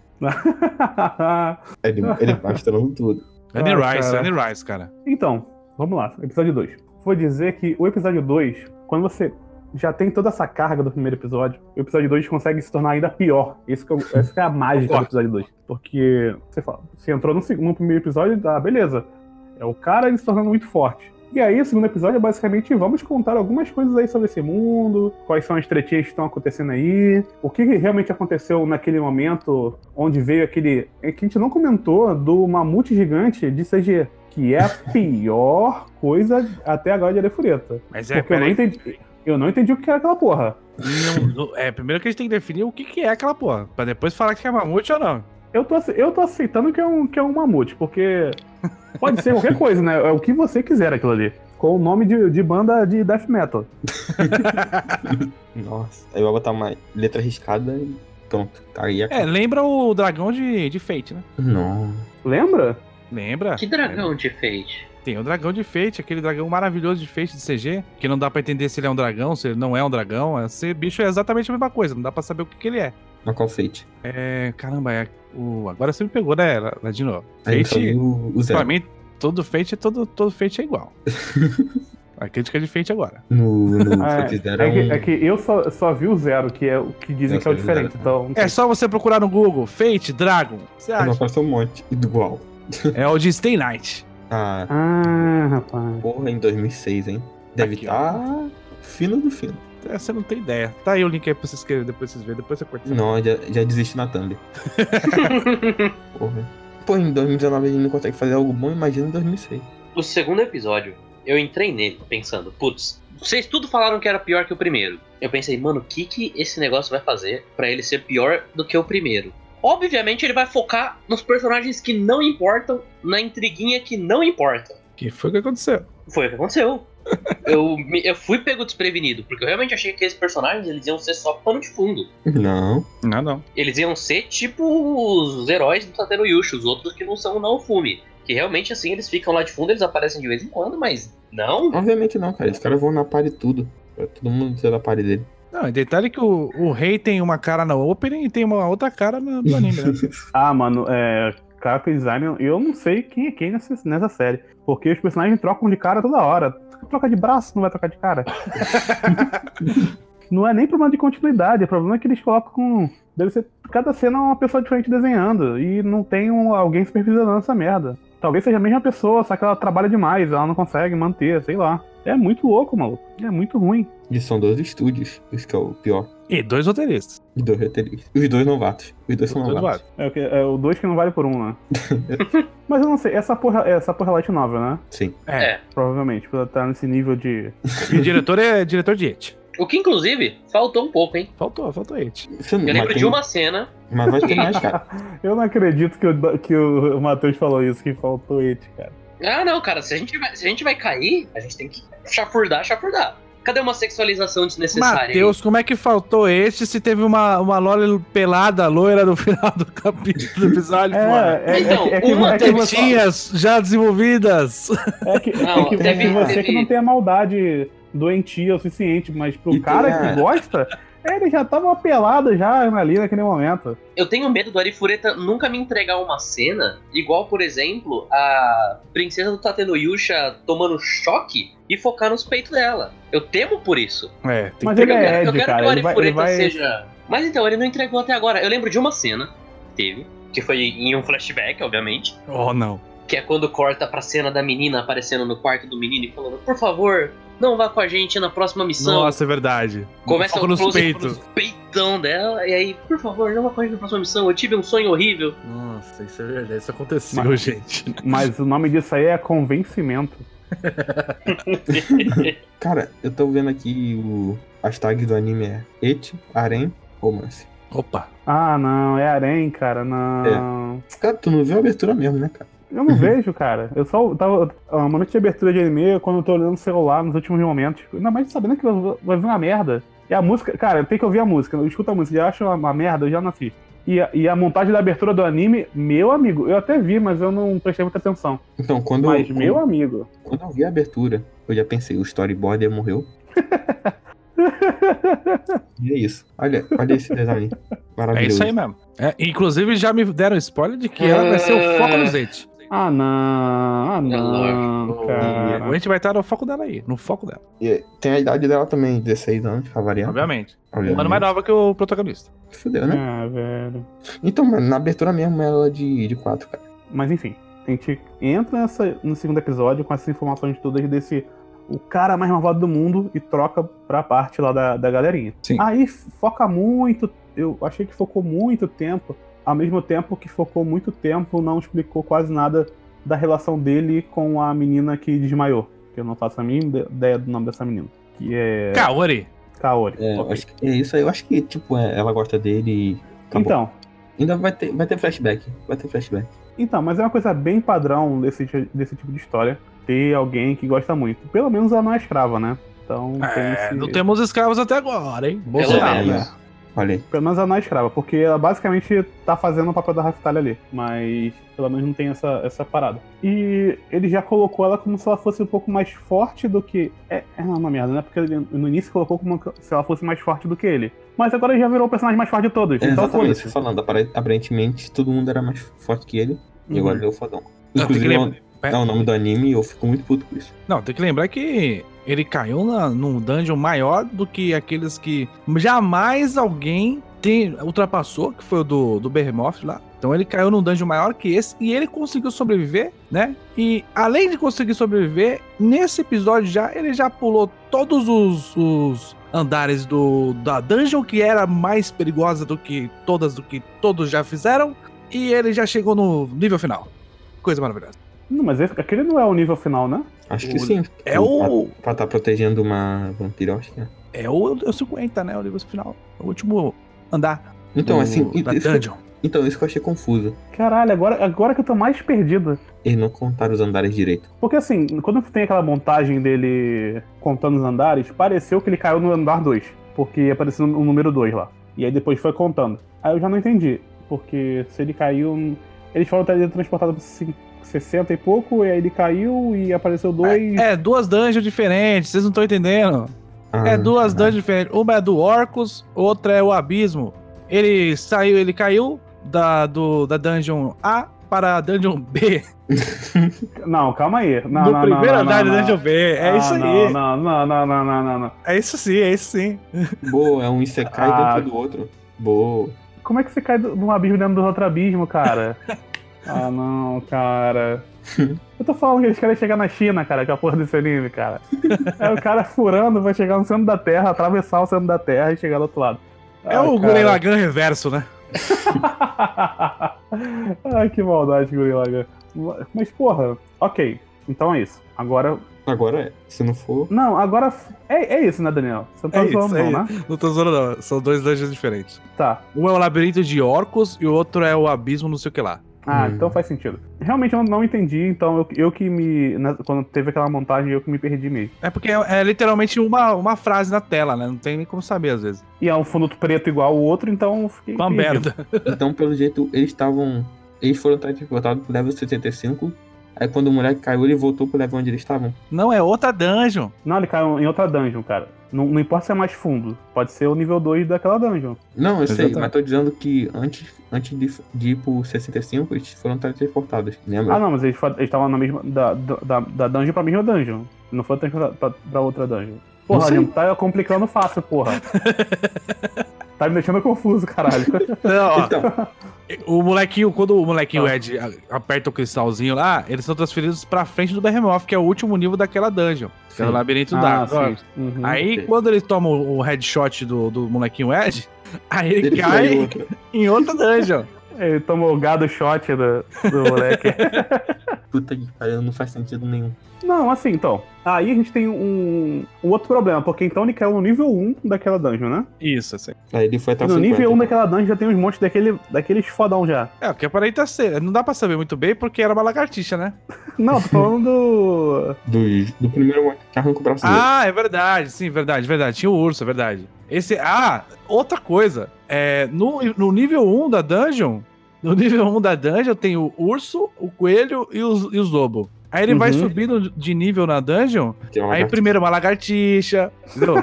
S6: Ele, ele mostrou tudo.
S4: Annie
S3: Ah,
S4: Rice,
S3: cara.
S4: Annie Rice, cara.
S3: Então, vamos lá, episódio 2. Vou dizer que o episódio 2, quando você já tem toda essa carga do primeiro episódio, o episódio 2 consegue se tornar ainda pior. Isso que, eu- essa que é a mágica do episódio 2. Porque você fala, você entrou no, seg- no primeiro episódio, tá, beleza. É o cara ele se tornando muito forte. E aí, o segundo episódio é basicamente vamos contar algumas coisas aí sobre esse mundo, quais são as tretinhas que estão acontecendo aí, o que que realmente aconteceu naquele momento onde veio aquele. É que a gente não comentou do mamute gigante de CG, que é a pior coisa até agora de Arefureta.
S4: Mas é,
S3: porque eu não,
S4: peraí.
S3: entendi, eu não entendi o que era aquela porra.
S4: Não- não- é, primeiro que a gente tem que definir o que, que é aquela porra. Pra depois falar que é mamute ou não.
S3: Eu tô, ace- eu tô aceitando que é, um, que é um mamute, porque pode ser qualquer coisa, né? É o que você quiser aquilo ali. Com o nome de, de banda de death metal.
S6: Nossa. Aí vai botar uma letra arriscada e pronto. Tá aí a.
S4: É, lembra o dragão de, de Fate, né?
S6: Nossa.
S3: Lembra?
S4: Lembra?
S5: Que dragão de Fate.
S4: Tem o dragão de Fate, aquele dragão maravilhoso de Fate de CG, que não dá pra entender se ele é um dragão, se ele não é um dragão. Esse bicho é exatamente a mesma coisa, não dá pra saber o que, que ele é.
S6: Mas qual feito?
S4: É, caramba, é o... agora você me pegou, né, La- Ladino?
S6: Aí só
S4: Fate,
S6: viu o, o zero.
S4: pra mim, todo Fate é todo, todo Fate é igual. a crítica de Fate agora.
S6: No, no
S3: Ah,
S6: Fate Zero
S3: É
S6: um-
S3: que, é que eu só, só vi o zero, que é o que dizem
S6: Eu
S3: que é o
S6: só vi o zero
S3: diferente. Então,
S4: É só você procurar no Google, Fate Dragon. Você
S6: Ah, Mas
S4: acha?
S6: apareceu um monte. Igual.
S4: é o de Stay Night.
S6: Ah,
S3: Ah, rapaz.
S6: porra, em 2006, hein? Deve
S4: Aqui, ó.
S6: estar fino do fino.
S4: É, você não tem ideia. Tá aí o link aí pra vocês querem, depois vocês verem, depois você corta. essa
S6: Não, já, já desisti na Thumb. Porra. Pô, em 2019 a gente não consegue fazer algo bom, imagina em 2006.
S5: O segundo episódio, eu entrei nele pensando, putz, vocês tudo falaram que era pior que o primeiro. Eu pensei, mano, o que, que esse negócio vai fazer pra ele ser pior do que o primeiro? Obviamente ele vai focar nos personagens que não importam, na intriguinha que não importa.
S4: Que foi o que aconteceu?
S5: Foi o que aconteceu. eu, me- eu fui pego desprevenido, porque eu realmente achei que esses personagens eles iam ser só pano de fundo.
S6: Não.
S4: Não, não.
S5: Eles iam ser tipo os heróis do Tateno Yushu, os outros que não são o Naofumi. Que realmente, assim, eles ficam lá de fundo, eles aparecem de vez em quando, mas não.
S6: Obviamente não, cara. Os caras vão na par de tudo. Pra todo mundo ser da par dele.
S4: Não, e detalhe que o, o rei tem uma cara na opening e tem uma outra cara na, no anime, né?
S3: Ah, mano, é. Caraca, design, eu não sei quem é quem nessa, nessa série. Porque os personagens trocam de cara toda hora. Troca de braço, não vai trocar de cara. não é nem problema de continuidade, o problema é que eles colocam. com- Deve ser. Cada cena é uma pessoa diferente desenhando. E não tem um- alguém supervisionando essa merda. Talvez seja a mesma pessoa, só que ela trabalha demais, ela não consegue manter, sei lá. É muito louco, maluco. É muito ruim.
S6: E são dois estúdios, isso que é o pior.
S4: E dois roteiristas.
S6: Os dois roteiristas. Os dois novatos. Os dois são
S4: Dois
S6: novatos.
S4: vagos.
S3: É, o que- é o dois que não vale por um, né? Mas eu não sei, essa porra, essa porra é light novel, né?
S6: Sim.
S4: É.
S5: É.
S3: Provavelmente, pra estar nesse nível de.
S4: E o diretor é diretor de It.
S5: O que, inclusive, faltou um pouco, hein?
S4: Faltou, faltou It.
S6: Você não-
S5: Eu
S6: mas,
S5: lembro
S6: tem-
S5: de uma cena.
S6: mas vai ter mais, cara.
S3: Eu não acredito que o, que o Matheus falou isso, que faltou it, cara.
S5: Ah, não, cara, se a gente vai, se a gente vai cair, a gente tem que chafurdar, chafurdar. Cadê uma sexualização desnecessária? aí?
S4: Matheus, como é que faltou este se teve uma, uma Loli pelada loira no final do capítulo do episódio? mano?
S3: É, é,
S5: Então,
S3: é, que- é, que,
S5: uma
S3: é, que,
S5: teve-
S3: você-
S4: Tetinhas já desenvolvidas.
S3: é que- é
S5: Não,
S3: que
S5: teve-
S3: você que
S5: teve-
S3: não tem a maldade doentia o suficiente, mas pro
S6: E tem
S3: cara
S6: a-
S3: que gosta, ele já tava pelado já ali naquele momento.
S5: Eu tenho medo do Arifureta nunca me entregar uma cena igual, por exemplo, a princesa do Tateno Yusha tomando choque e focar nos peitos dela. Eu temo por isso.
S4: É, tem
S3: Mas
S4: que
S3: ele
S5: eu
S3: é
S5: quero, eu
S3: Ed,
S5: quero
S3: cara.
S5: que o
S3: Ele vai, ele
S5: Arifureta
S3: vai-
S5: seja. Mas então, ele não entregou até agora. Eu lembro de uma cena que teve, que foi em um flashback, obviamente.
S4: Oh, não.
S5: Que é quando corta pra cena da menina aparecendo no quarto do menino e falando, por favor, não vá com a gente na próxima missão.
S4: Nossa, é verdade.
S5: Começa
S4: Foco
S5: o
S4: nos
S5: close
S4: peitos.
S5: no peitão dela, e aí, por favor, não vá com a gente na próxima missão, eu tive um sonho horrível.
S4: Nossa, isso é verdade. Isso aconteceu,
S3: Mas-
S4: gente.
S3: Mas o nome disso aí é convencimento.
S6: Cara, eu tô vendo aqui o hashtag do anime é It, Arém, Romance.
S4: Opa.
S3: Ah, não, é Arém, cara, não.
S6: Cara, tu não viu a abertura mesmo, né, cara?
S3: Eu não vejo, cara. Eu só tava. Uma noite de abertura de anime, quando eu tô olhando o celular nos últimos momentos. tipo, Ainda mais sabendo que vai- vai vir uma merda. E a música, cara, eu tenho que ouvir a música. Eu escuto a música, já acho uma, uma merda, eu já não assisto. E a, e a montagem da abertura do anime, meu amigo, eu até vi, mas eu não prestei muita atenção.
S6: Então, quando,
S3: Mas,
S6: quando,
S3: meu amigo.
S6: quando eu vi a abertura, eu já pensei, o storyboarder morreu. e é isso. Olha, olha esse design.
S4: É
S6: Maravilhoso.
S4: isso aí mesmo. É, inclusive, já me deram spoiler de que ela vai ser o foco
S5: É.
S4: no Zete.
S3: Ah, não. Ah, não,
S5: lógico.
S4: A
S3: cara.
S4: gente vai estar no foco dela aí, no foco dela,
S6: E tem a idade dela também, 16 anos, pra variar.
S4: obviamente. Um
S6: Obviamente.
S4: ano mais nova que o protagonista.
S6: Fudeu, né?
S3: Ah, velho.
S6: Então, mano, na abertura mesmo ela é de, de 4, cara.
S3: Mas enfim, a gente entra nessa, no segundo episódio com essas informações todas desse o cara mais malvado do mundo e troca pra parte lá da, da galerinha.
S4: Sim.
S3: Aí foca muito, eu achei que focou muito tempo, ao mesmo tempo que focou muito tempo, não explicou quase nada da relação dele com a menina que desmaiou. Que eu não faço a mínima ideia do nome dessa menina. Que é
S4: Kaori.
S3: Kaori.
S6: É, eu
S3: Ok.
S6: acho que- é isso aí. Eu acho que, tipo, é, ela gosta dele e. acabou.
S3: Então,
S6: Ainda vai ter, vai ter flashback. Vai ter flashback.
S3: Então, mas é uma coisa bem padrão desse, ti- desse tipo de história. Ter alguém que gosta muito. Pelo menos ela não é escrava, né? Então tem
S4: É,
S3: esse-
S4: não temos escravos até agora, hein?
S5: Ah,
S6: Aí,
S4: Bolsonaro.
S5: menos.
S4: né?
S6: ó. Olha aí.
S3: Pelo menos ela não é escrava, porque ela basicamente tá fazendo o papel da Raftalha ali. Mas pelo menos não tem essa, essa parada. E ele já colocou ela como se ela fosse um pouco mais forte do que. É, é uma merda, né? Porque ele no início colocou como se ela fosse mais forte do que ele. Mas agora ele já virou o personagem mais forte de todos.
S6: É,
S3: então
S6: exatamente,
S3: foda-se.
S6: isso falando. apare- Aparentemente, todo mundo era mais forte que ele.
S4: Uhum.
S6: E agora ele é o fodão.
S4: Não, Ah, tem que
S6: Inclusive,
S4: lembrar- né?
S6: é o nome do anime e eu fico muito puto com isso.
S4: um- Não, tem que lembrar que ele caiu na, num dungeon maior do que aqueles que jamais alguém tem, ultrapassou, que foi o do, do Behemoth lá. Então ele caiu num dungeon maior que esse e ele conseguiu sobreviver, né? E além de conseguir sobreviver, nesse episódio já ele já pulou todos os, os andares do da dungeon que era mais perigosa do que todas do que todos já fizeram e ele já chegou no nível final. Coisa maravilhosa.
S3: Não, mas esse- aquele não é o nível final, né?
S6: Acho
S4: O-
S6: que sim.
S4: É o
S6: Pra estar protegendo uma vampira, eu acho que é.
S4: É o, é o 50, né? O nível final. É O último andar.
S6: Então,
S4: do-
S6: assim.
S4: Da
S6: isso-
S4: dungeon.
S6: então, isso que eu achei confuso.
S3: Caralho, agora, agora que eu tô mais perdido.
S6: Eles não contaram os andares direito.
S3: Porque assim, quando tem aquela montagem dele contando os andares, pareceu que ele caiu no andar 2. Porque apareceu o número 2 lá. E aí depois foi contando. Aí eu já não entendi. Porque se ele caiu. Eles foram teletransportados é pra cin- 60 e pouco, e aí ele caiu e apareceu dois.
S4: É, duas dungeons diferentes, vocês não estão entendendo.
S6: Ah,
S4: É duas
S6: caralho.
S4: dungeons diferentes. Uma é do Orcus, outra é o Abismo. Ele saiu, ele caiu da, do, da dungeon A para a dungeon B.
S3: Não, calma aí. Não,
S4: do
S3: não,
S4: é. primeiro
S3: não, não,
S4: andar
S3: não,
S4: da
S3: não.
S4: dungeon B. É
S3: Ah,
S4: isso aí.
S3: Não, não, não, não, não, não, não.
S4: É isso sim, é isso sim.
S6: Boa, é um Isekai
S3: Ah.
S6: dentro do outro. Boa.
S3: Como é que você cai do- de um abismo dentro do outro abismo, cara? ah, não, cara. Eu tô falando que eles querem chegar na China, cara, com a porra desse anime, É cara. É o cara furando, vai chegar no centro da Terra, atravessar o centro da Terra e chegar do outro lado.
S4: É o
S3: cara.
S4: Gurren Lagann reverso, né?
S3: Ai, que maldade, Gurren Lagann. Mas, porra, ok. Então é isso. Agora.
S6: Agora é. Se não for.
S3: Não, agora. f- É, é isso, né, Daniel? Você não tá
S4: É isso,
S3: zoando,
S4: é
S3: não, né?
S4: Não tô zoando, não. São dois dungeons diferentes.
S3: Tá.
S4: Um é o labirinto de orcos e o outro é o abismo não sei o que lá.
S3: Ah,
S6: Hum.
S3: então faz sentido. Realmente eu não entendi, então eu, eu que me. na- quando teve aquela montagem, eu que me perdi mesmo.
S4: É porque é, é literalmente uma, uma frase na tela, né? Não tem nem como saber, às vezes.
S3: E é um fundo preto igual o outro, então eu fiquei.
S4: Com uma
S3: perdido.
S4: merda.
S6: Então, pelo jeito, eles estavam. Eles foram transportados pro level 75. Aí quando o moleque caiu, ele voltou pro level onde eles estavam.
S4: Não, é outra dungeon.
S3: Não, ele caiu em outra dungeon, cara. Não, não importa se é mais fundo, pode ser o nível 2 daquela dungeon.
S6: Não, eu sei,
S4: Exatamente.
S6: mas tô dizendo que antes, antes de, de ir pro 65, eles foram transportados, né,
S4: É.
S6: lembra?
S3: Ah, não, mas eles fa- eles estavam na mesma. Da, da, da- da dungeon pra mesma dungeon. Não foi transportado pra, pra outra dungeon. Porra,
S6: sei.
S3: Leandro, tá complicando fácil, porra. tá me deixando confuso, caralho.
S4: Não, ó,
S6: Então,
S4: o molequinho, quando o molequinho
S3: Ah.
S4: Ed a- aperta o cristalzinho lá, eles são transferidos pra frente do Behemoth, que é o último nível daquela dungeon. Que é o
S6: Sim.
S4: labirinto
S3: ah,
S4: da
S3: sim. Uhum.
S4: Aí,
S6: Sim.
S4: quando ele toma o headshot do, do molequinho Ed, aí ele,
S6: ele
S4: cai
S6: caiu. outra.
S4: em outra dungeon.
S3: Ele tomou o gado shot do, do moleque.
S6: Puta que pariu, não faz sentido nenhum.
S3: Não, assim, então. Aí a gente tem um, um outro problema, porque então ele caiu no nível 1 daquela dungeon, né?
S4: Isso, assim.
S6: Aí ele foi até o
S3: no nível 1
S6: 50.
S3: daquela dungeon já tem uns montes daquele, daqueles fodão já.
S4: É, o que aparenta ser. Não dá pra saber muito bem porque era uma lagartixa, né?
S3: Não, tô falando do.
S6: Dos- do, primeiro moleque que arranca o braço dele.
S4: Ah, é verdade, sim, verdade, verdade. Tinha o urso, é verdade. Esse. Ah, outra coisa. É, no, no nível 1 da dungeon. No nível 1 da dungeon tem o urso, o coelho e os, e os lobo. Aí ele vai
S3: Uhum.
S4: subindo de nível na dungeon.
S6: que é uma
S4: Aí
S6: lagarta.
S4: primeiro é uma lagartixa, entendeu?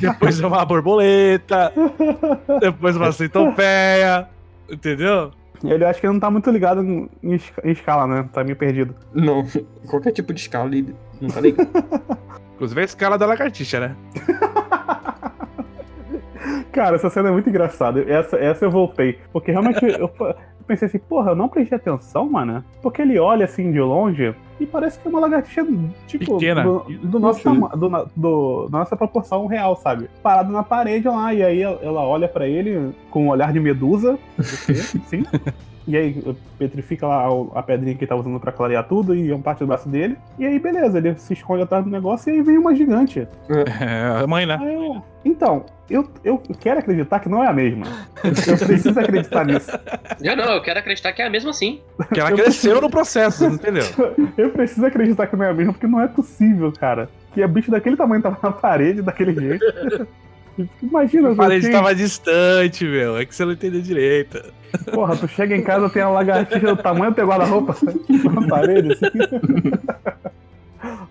S4: depois é uma borboleta, depois uma centopeia, entendeu?
S3: Ele acho que ele não tá muito ligado em, em es- em escala, né? Tá meio perdido.
S6: Não, qualquer tipo de escala ele não tá ligado.
S4: Inclusive a escala da lagartixa, né?
S3: Cara, essa cena é muito engraçada. Essa, essa eu voltei. Porque realmente eu, eu pensei assim, porra, eu não prestei atenção, mano. Porque ele olha assim de longe e parece que é uma lagartixa, tipo,
S4: Pequena.
S3: do, do nosso
S6: Sim.
S3: tama- do, na- do- da nossa proporção real, sabe? Parado na parede lá, e aí ela ela olha pra ele com um olhar de medusa. você, Sim. E aí eh, petrifica lá o- a pedrinha que ele tá usando pra clarear tudo e é parte do braço dele. E aí, beleza, ele se esconde atrás do negócio e aí vem uma gigante.
S4: É, a mãe, né?
S3: Ah, é. Então, eu, eu quero acreditar que não é a mesma. Eu preciso acreditar nisso.
S5: Não, não, eu quero acreditar que é a mesma sim.
S4: Que ela cresceu no processo, você não entendeu?
S3: Eu preciso acreditar que não é a mesma, porque não é possível, cara. Que a bicho daquele tamanho tava na parede, daquele jeito. Imagina,
S4: A parede
S3: assim,
S4: tava distante, meu. É que você não entendeu direito.
S3: porra, tu chega em casa, tem a lagartixa do tamanho do teu guarda-roupa na parede, assim.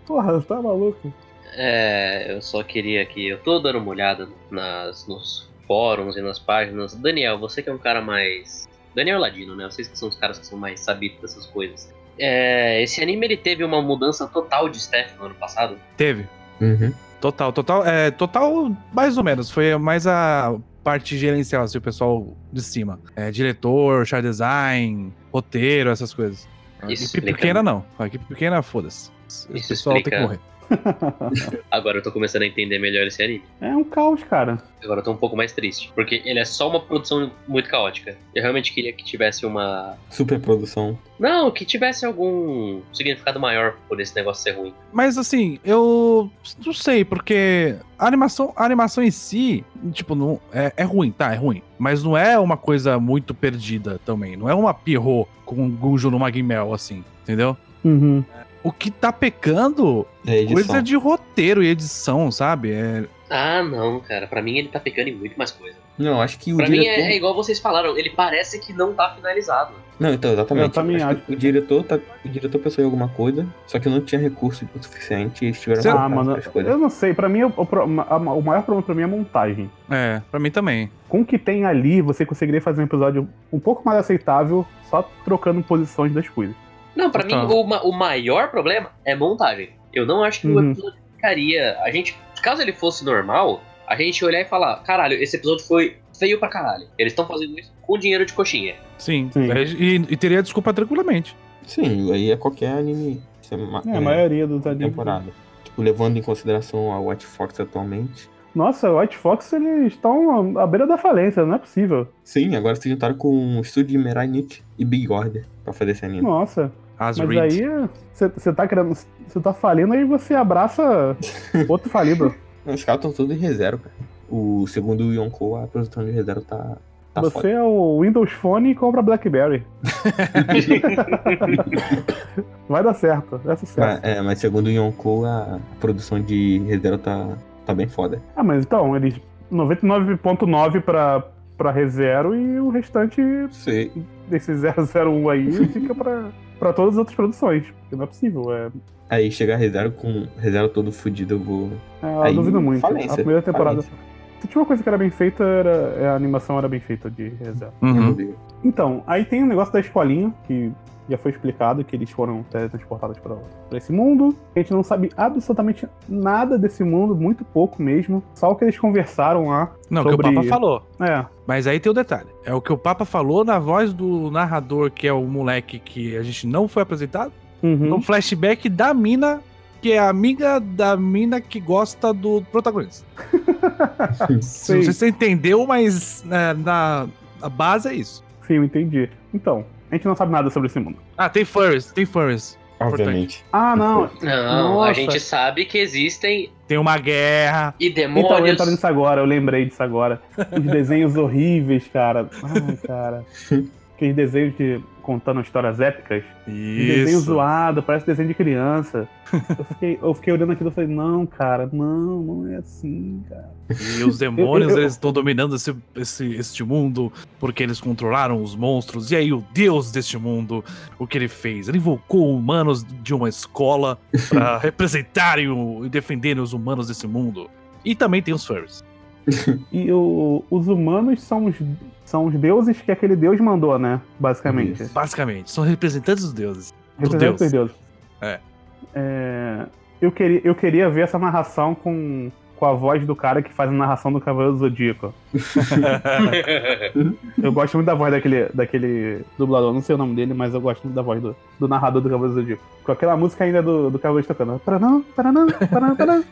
S3: Porra, tá maluco.
S5: É, eu só queria que. Eu tô dando uma olhada nas, nos fóruns e nas páginas. Daniel, você que é um cara mais. Daniel Ladino, né? Vocês que são os caras que são mais sabidos dessas coisas. É, esse anime ele teve uma mudança total de staff no ano passado.
S4: Teve.
S6: Uhum.
S4: Total, total. É, total, mais ou menos. Foi mais a parte gerencial, assim, o pessoal de cima. É, diretor, char design, roteiro, essas coisas. A equipe
S5: Isso explica né?
S4: pequena, não. A equipe pequena, foda-se. Esse
S5: Isso
S4: pessoal tem
S5: explica-
S4: que morrer.
S5: Agora eu tô começando a entender melhor esse anime.
S3: É um caos, cara.
S5: Agora eu tô um pouco mais triste, porque ele é só uma produção muito caótica. Eu realmente queria que tivesse uma.
S6: Super produção.
S5: Não, que tivesse algum significado maior por esse negócio ser ruim.
S4: Mas assim, eu não sei, porque a animação, a animação em si, tipo, não é, é ruim, tá? É ruim. Mas não é uma coisa muito perdida também. Não é uma pirro com um Gunjo no Magmel, assim, entendeu?
S3: Uhum.
S4: O que tá pecando
S6: É edição.
S4: coisa de roteiro e edição, sabe? É,
S5: Ah, não, cara. Pra mim ele tá pegando em muito mais coisa.
S6: Não, acho que o
S5: pra mim
S6: diretor.
S5: é, é igual vocês falaram, ele parece que não tá finalizado.
S6: Não, então, exatamente.
S3: Eu também
S6: Acho que O diretor, tá... o diretor pensou em alguma coisa, só que não tinha recurso o suficiente e eles tiveram
S4: Sei
S6: que
S3: Ah,
S6: comprar
S3: mano,
S6: outras coisas.
S3: eu não sei. Pra mim, o, o pro- a- o maior problema pra mim é a montagem.
S4: é pra mim também.
S3: com o que tem ali, você conseguiria fazer um episódio um pouco mais aceitável, só trocando posições das coisas.
S5: Não, pra
S4: Total.
S5: mim o, ma- o maior problema é montagem. Eu não acho que
S3: Uhum.
S5: o episódio ficaria. A gente, caso ele fosse normal, a gente ia olhar e falar: caralho, esse episódio foi feio pra caralho. Eles estão fazendo isso com dinheiro de coxinha.
S4: Sim.
S3: Sim.
S4: É, E, e teria desculpa tranquilamente.
S6: Sim, aí é qualquer anime. Isso é, ma-
S3: É, a
S6: é,
S3: maioria dos animes.
S6: temporada. Tipo, levando em consideração a Watch Fox atualmente.
S3: Nossa, White Fox, eles estão à beira da falência, não é possível.
S6: Sim, agora se juntaram com o estúdio de Mirai Nikki e Big Order pra fazer esse anime.
S3: Nossa.
S4: As
S3: Mas
S4: Reeds.
S3: aí você tá querendo. Você tá falindo aí você abraça outro falido.
S6: Os caras estão todos em reserva, cara. O segundo Yonkou, a produção de reserva tá, tá
S3: você
S6: foda.
S3: é o Windows Phone e compra Blackberry. Vai dar certo, é sucesso.
S6: Mas, é, mas segundo o Yonkou, a produção de reserva tá, tá bem foda.
S3: Ah, mas então, eles. 99,9 pra, pra ReZero e o restante
S6: Sei.
S3: desse 001 aí fica pra, pra todas as outras produções. Porque não é possível, é
S6: Aí chega a reserva com reserva todo fudido, eu vou.
S3: É, eu
S6: Aí,
S3: duvido muito.
S6: falência,
S3: a primeira temporada. Se tinha uma coisa que era bem feita, era, é, a animação era bem feita de reserva.
S4: Uhum.
S6: Meu Deus.
S3: Então, aí tem o negócio da escolinha, que já foi explicado que eles foram teletransportados pra, pra esse mundo. A gente não sabe absolutamente nada desse mundo, muito pouco mesmo. Só o que eles conversaram lá.
S4: Não, o que o
S3: Sobre-
S4: Papa falou.
S3: É,
S4: Mas aí tem o detalhe. É o que o Papa falou na voz do narrador, que é o moleque que a gente não foi apresentado.
S3: uhum,
S4: No flashback da mina, que é amiga da mina que gosta do protagonista.
S3: Sei.
S4: Não sei se você entendeu, mas é, na a base é isso.
S3: sim, eu entendi. Então, a gente não sabe nada sobre esse mundo.
S4: Ah, tem furries, tem furries.
S6: Obviamente.
S3: Ah, não,
S5: Não,
S3: Nossa.
S5: a gente sabe que existem
S4: Tem uma guerra.
S5: e
S3: então eu
S5: demônios.
S3: entrando nisso agora, eu lembrei disso agora. Os desenhos horríveis, cara. Ai, cara. Aqueles desenhos de contando histórias épicas. Um Desenho
S4: Isso.
S3: zoado, parece desenho de criança. Eu fiquei, eu fiquei olhando aquilo e falei, não, cara, não, não é assim, cara.
S4: E os demônios,
S3: Eu- eu-
S4: eles estão dominando esse, esse, este mundo porque eles controlaram os monstros. E aí, o deus deste mundo, o que ele fez? Ele invocou humanos de uma escola para representarem o- e defenderem os humanos desse mundo. E também tem os furries.
S3: E o- os humanos são os, são os deuses que aquele deus mandou, né? Basicamente.
S6: Isso.
S4: Basicamente, são representantes dos deuses.
S3: Representa os deuses.
S4: É.
S3: É, eu, queria, eu queria ver essa narração com, com a voz do cara que faz a narração do Cavaleiro do Zodíaco.
S4: É
S3: Eu gosto muito da voz daquele, daquele dublador, não sei o nome dele, mas eu gosto muito da voz do, do narrador do Cavaleiro do Zodíaco. Com aquela música ainda do, do Cavaleiro né? tocando. Paranã, paranã, paranã, paranã.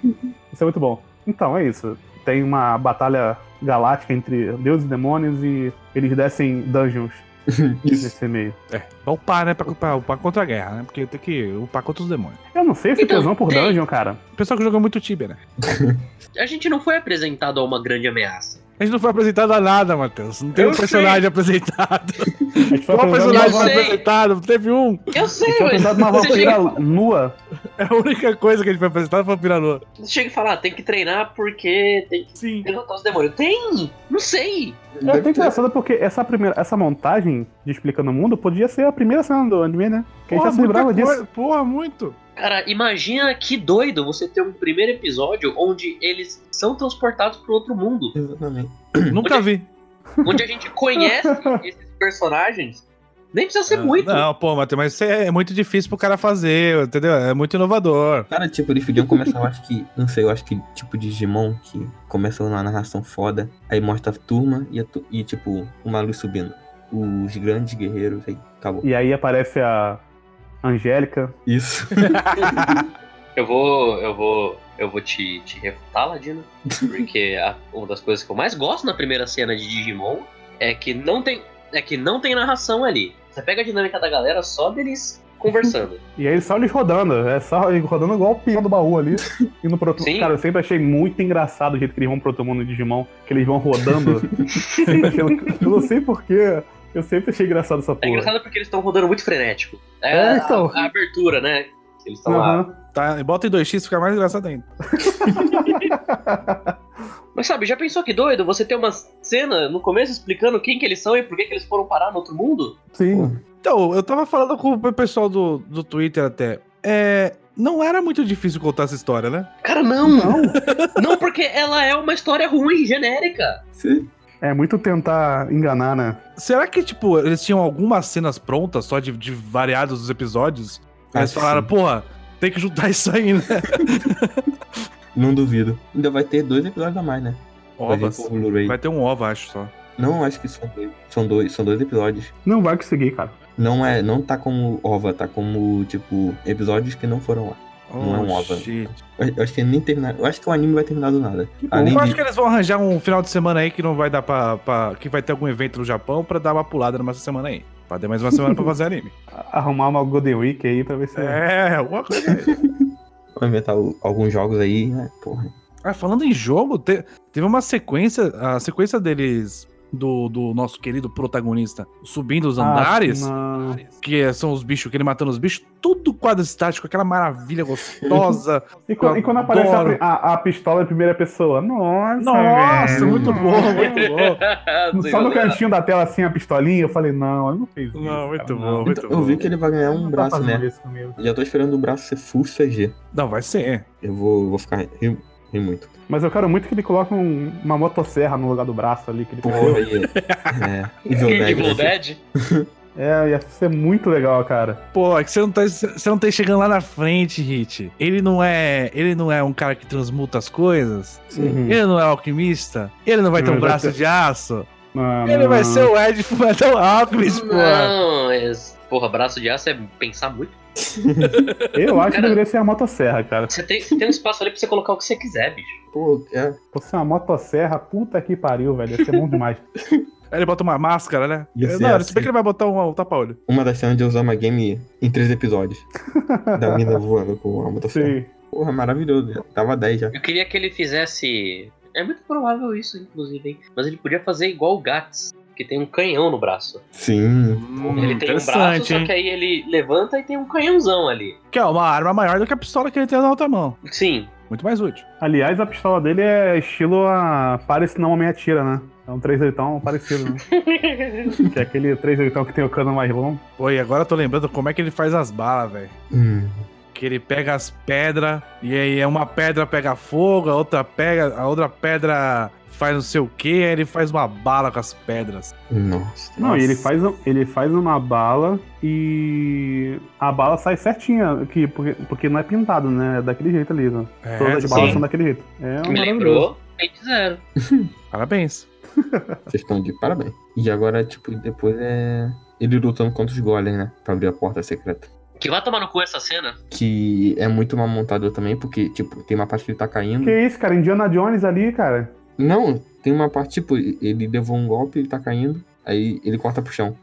S3: Isso é muito bom. Então, é isso. Tem uma batalha galáctica entre deuses e demônios e eles descem dungeons
S6: Isso.
S3: nesse meio.
S4: É, pra upar, né? Pra, pra upar contra a guerra, né? Porque tem que upar contra os demônios.
S3: Eu não sei se
S5: Então,
S3: eles vão por
S5: tem-
S3: dungeon, cara.
S4: O pessoal que joga muito Tibia, né?
S5: A gente não foi apresentado a uma grande ameaça.
S4: A gente não foi apresentado a nada, Matheus. Não tem
S5: Eu
S4: um personagem apresentado.
S3: A gente foi
S4: Qual personagem
S5: eu
S4: foi
S5: sei.
S4: apresentado? Não Teve um.
S5: Eu sei,
S3: Foi
S5: mas
S3: apresentado Então, uma
S5: você chega,
S3: vampira nua.
S4: É a única coisa que a gente foi apresentado foi a Piranua.
S5: chega e fala, ah, tem que treinar porque tem que
S4: Sim.
S5: derrotar os demônios. Tem! Não sei!
S3: É bem engraçado porque essa, primeira, essa montagem de Explicando o Mundo podia ser a primeira cena do anime, né? Que a gente já se lembrava disso.
S4: Porra, muito.
S5: Cara, imagina que doido você ter um primeiro episódio onde eles são transportados para outro mundo.
S6: Exatamente.
S4: Nunca vi.
S5: onde a gente conhece esses personagens. Nem precisa
S3: Ah,
S5: ser muito.
S4: Não, pô, Matheus, mas isso é muito difícil pro cara fazer, entendeu? É muito inovador.
S6: Cara, tipo, eles podiam começar, eu acho que, não sei, eu acho que tipo Digimon, que começa uma narração foda, aí mostra a turma e, a tu- e, tipo, uma luz subindo. Os grandes guerreiros, aí, acabou.
S3: E aí aparece a Angélica.
S6: Isso.
S5: Eu vou, eu vou, eu vou te, te refutar, Ladino, porque a- uma das coisas que eu mais gosto na primeira cena de Digimon é que não tem, é que não tem narração ali. Você pega a dinâmica da galera só deles conversando.
S3: E aí só eles rodando. É só eles rodando igual o peão do baú ali. Indo pro outro...
S5: Sim.
S3: Cara, eu sempre achei muito engraçado o jeito que eles vão pro outro mundo no Digimon. Que eles vão rodando. sempre achando... Eu não sei porquê. Eu sempre achei engraçado essa
S5: É
S3: porra.
S5: engraçado porque eles estão rodando muito frenético. É,
S3: É,
S5: a-
S3: então.
S5: a, abertura, né? que Eles estão lá.
S3: Aham.
S4: Tá, bota em 2x, fica mais engraçado ainda.
S5: Mas sabe, já pensou que doido você ter uma cena no começo explicando quem que eles são e por que que eles foram parar no outro mundo?
S3: Sim.
S4: Então, eu tava falando com o pessoal do, do Twitter até. É. Não era muito difícil contar essa história, né?
S5: Cara, não! Não, porque ela é uma história ruim, genérica.
S6: Sim.
S3: É muito tentar enganar, né?
S4: Será que, tipo, eles tinham algumas cenas prontas, só de, de variados dos episódios? Aí Eles
S6: Acho que
S4: falaram,
S6: sim.
S4: porra, tem que juntar isso aí, né?
S6: Não duvido. Ainda vai ter dois episódios a mais, né? Vai vir
S4: Ovas.
S6: pro Blu-ray.
S4: Vai ter um ovo, acho só.
S6: Não, acho que são dois. São dois, são dois episódios.
S3: Não vai conseguir, cara.
S6: Não é, não tá como OVA, tá como, tipo, episódios que não foram lá. Não é um OVA.
S4: shit.
S6: Eu, eu acho que nem terminar. Eu acho que o anime vai terminar do nada. Além
S4: Eu acho
S6: de.
S4: que eles vão arranjar um final de semana aí que não vai dar pra. pra- que vai ter algum evento no Japão pra dar uma pulada numa semana aí. Pra ter mais uma semana pra fazer anime.
S3: Arrumar uma Golden Week aí pra ver se.
S4: É, alguma coisa. aí.
S6: Vai inventar o- alguns jogos aí, né? Porra.
S4: Ah, falando em jogo, te- teve uma sequência. A sequência deles. Do, do nosso querido protagonista subindo os
S3: Ah,
S4: andares,
S3: não.
S4: que é, são os bichos, que ele matando os bichos, tudo quadro estático, aquela maravilha gostosa.
S3: E quando, e quando aparece a,
S4: Adoro.
S3: a- a pistola em primeira pessoa? Nossa!
S4: Nossa,
S3: velho.
S4: muito bom, muito bom.
S3: Só no cantinho da tela assim a pistolinha, eu falei, não, ele não fez isso.
S4: Não, muito
S3: cara,
S4: bom,
S3: não.
S4: muito
S6: Então,
S4: bom.
S6: eu vi que ele vai ganhar
S3: Não
S6: um
S3: tá
S6: braço,
S3: fazendo
S6: né?
S3: isso comigo.
S6: Já tô esperando o braço ser full CG.
S4: Não, vai ser.
S6: Eu vou, vou ficar ri, ri muito.
S3: Mas eu quero muito que ele coloque um- uma motosserra no lugar do braço ali que ele
S6: Porra,
S3: perdeu.
S6: aí. É. Evil Dead,
S5: Evil
S6: vai ser-
S5: Dead?
S3: É, ia ser muito legal, cara.
S4: Pô, é que você não, tá, você não tá chegando lá na frente, Hit. Ele não é. Ele não é um cara que transmuta as coisas.
S3: Uhum.
S4: Ele não é alquimista. Ele não vai ter
S3: Não,
S4: um
S3: ele vai
S4: braço
S3: ter-
S4: de aço.
S3: Não,
S4: Ele
S3: não,
S4: vai um
S3: não.
S4: ser o Ed Fumadão Alchemist, porra.
S5: Não, esse- porra, braço de aço é pensar muito.
S3: Eu acho que
S5: Cara-
S3: deveria ser a motosserra, cara.
S5: Você tem, você tem um espaço ali pra você colocar o que você quiser, bicho.
S6: Pô, é.
S3: Pô, ser uma motosserra, puta que pariu, velho. Ia ser bom demais.
S4: Aí ele bota uma máscara, né?
S6: Ia ser
S4: não,
S6: assim.
S4: se bem que ele vai botar um, um tapa-olho.
S6: Uma das cenas de Osama Game em três episódios. da mina voando com a motosserra.
S3: Sim.
S6: Porra, maravilhoso. Já Tava 10 já.
S5: Eu queria que ele fizesse. É muito provável isso, inclusive, hein? Mas ele podia fazer igual o Gats, que tem um canhão no braço.
S6: Sim.
S5: ele tem um braço, só
S4: Hum, hein?
S5: que aí ele levanta e tem um canhãozão ali.
S4: Que é uma arma maior do que a pistola que ele tem na outra mão.
S5: Sim,
S4: Muito mais útil.
S3: Aliás, a pistola dele é estilo a. Parece não homem atira, né? É um 3 oitão parecido, né? que é aquele 3 oitão que tem o cano mais longo.
S4: Pô, e agora eu tô lembrando como é que ele faz as balas, velho.
S6: Hum.
S4: que ele pega as pedras e aí é uma pedra pega fogo, a outra pega, a outra pedra faz não sei o que, aí ele faz uma bala com as pedras.
S6: Nossa.
S3: Não, e ele faz, um, ele faz uma bala e a bala sai certinha, que, porque, porque não é pintado, né? É daquele jeito ali, né?
S4: É,
S3: Todas as
S4: sim.
S3: balas são daquele jeito. É
S5: me
S3: maravilhoso.
S5: lembrou. Fake Zero.
S4: Parabéns.
S6: Vocês estão de parabéns. E agora, tipo, depois é. Ele lutando contra os golems, né? Pra abrir a porta secreta.
S5: Que vai tomar no cu essa cena?
S6: Que é muito mal montado também, porque, tipo, tem uma parte que ele tá caindo.
S3: Que isso, cara? Indiana Jones ali, cara.
S6: Não, tem uma parte, tipo, ele levou um golpe, ele tá caindo, aí ele corta pro chão.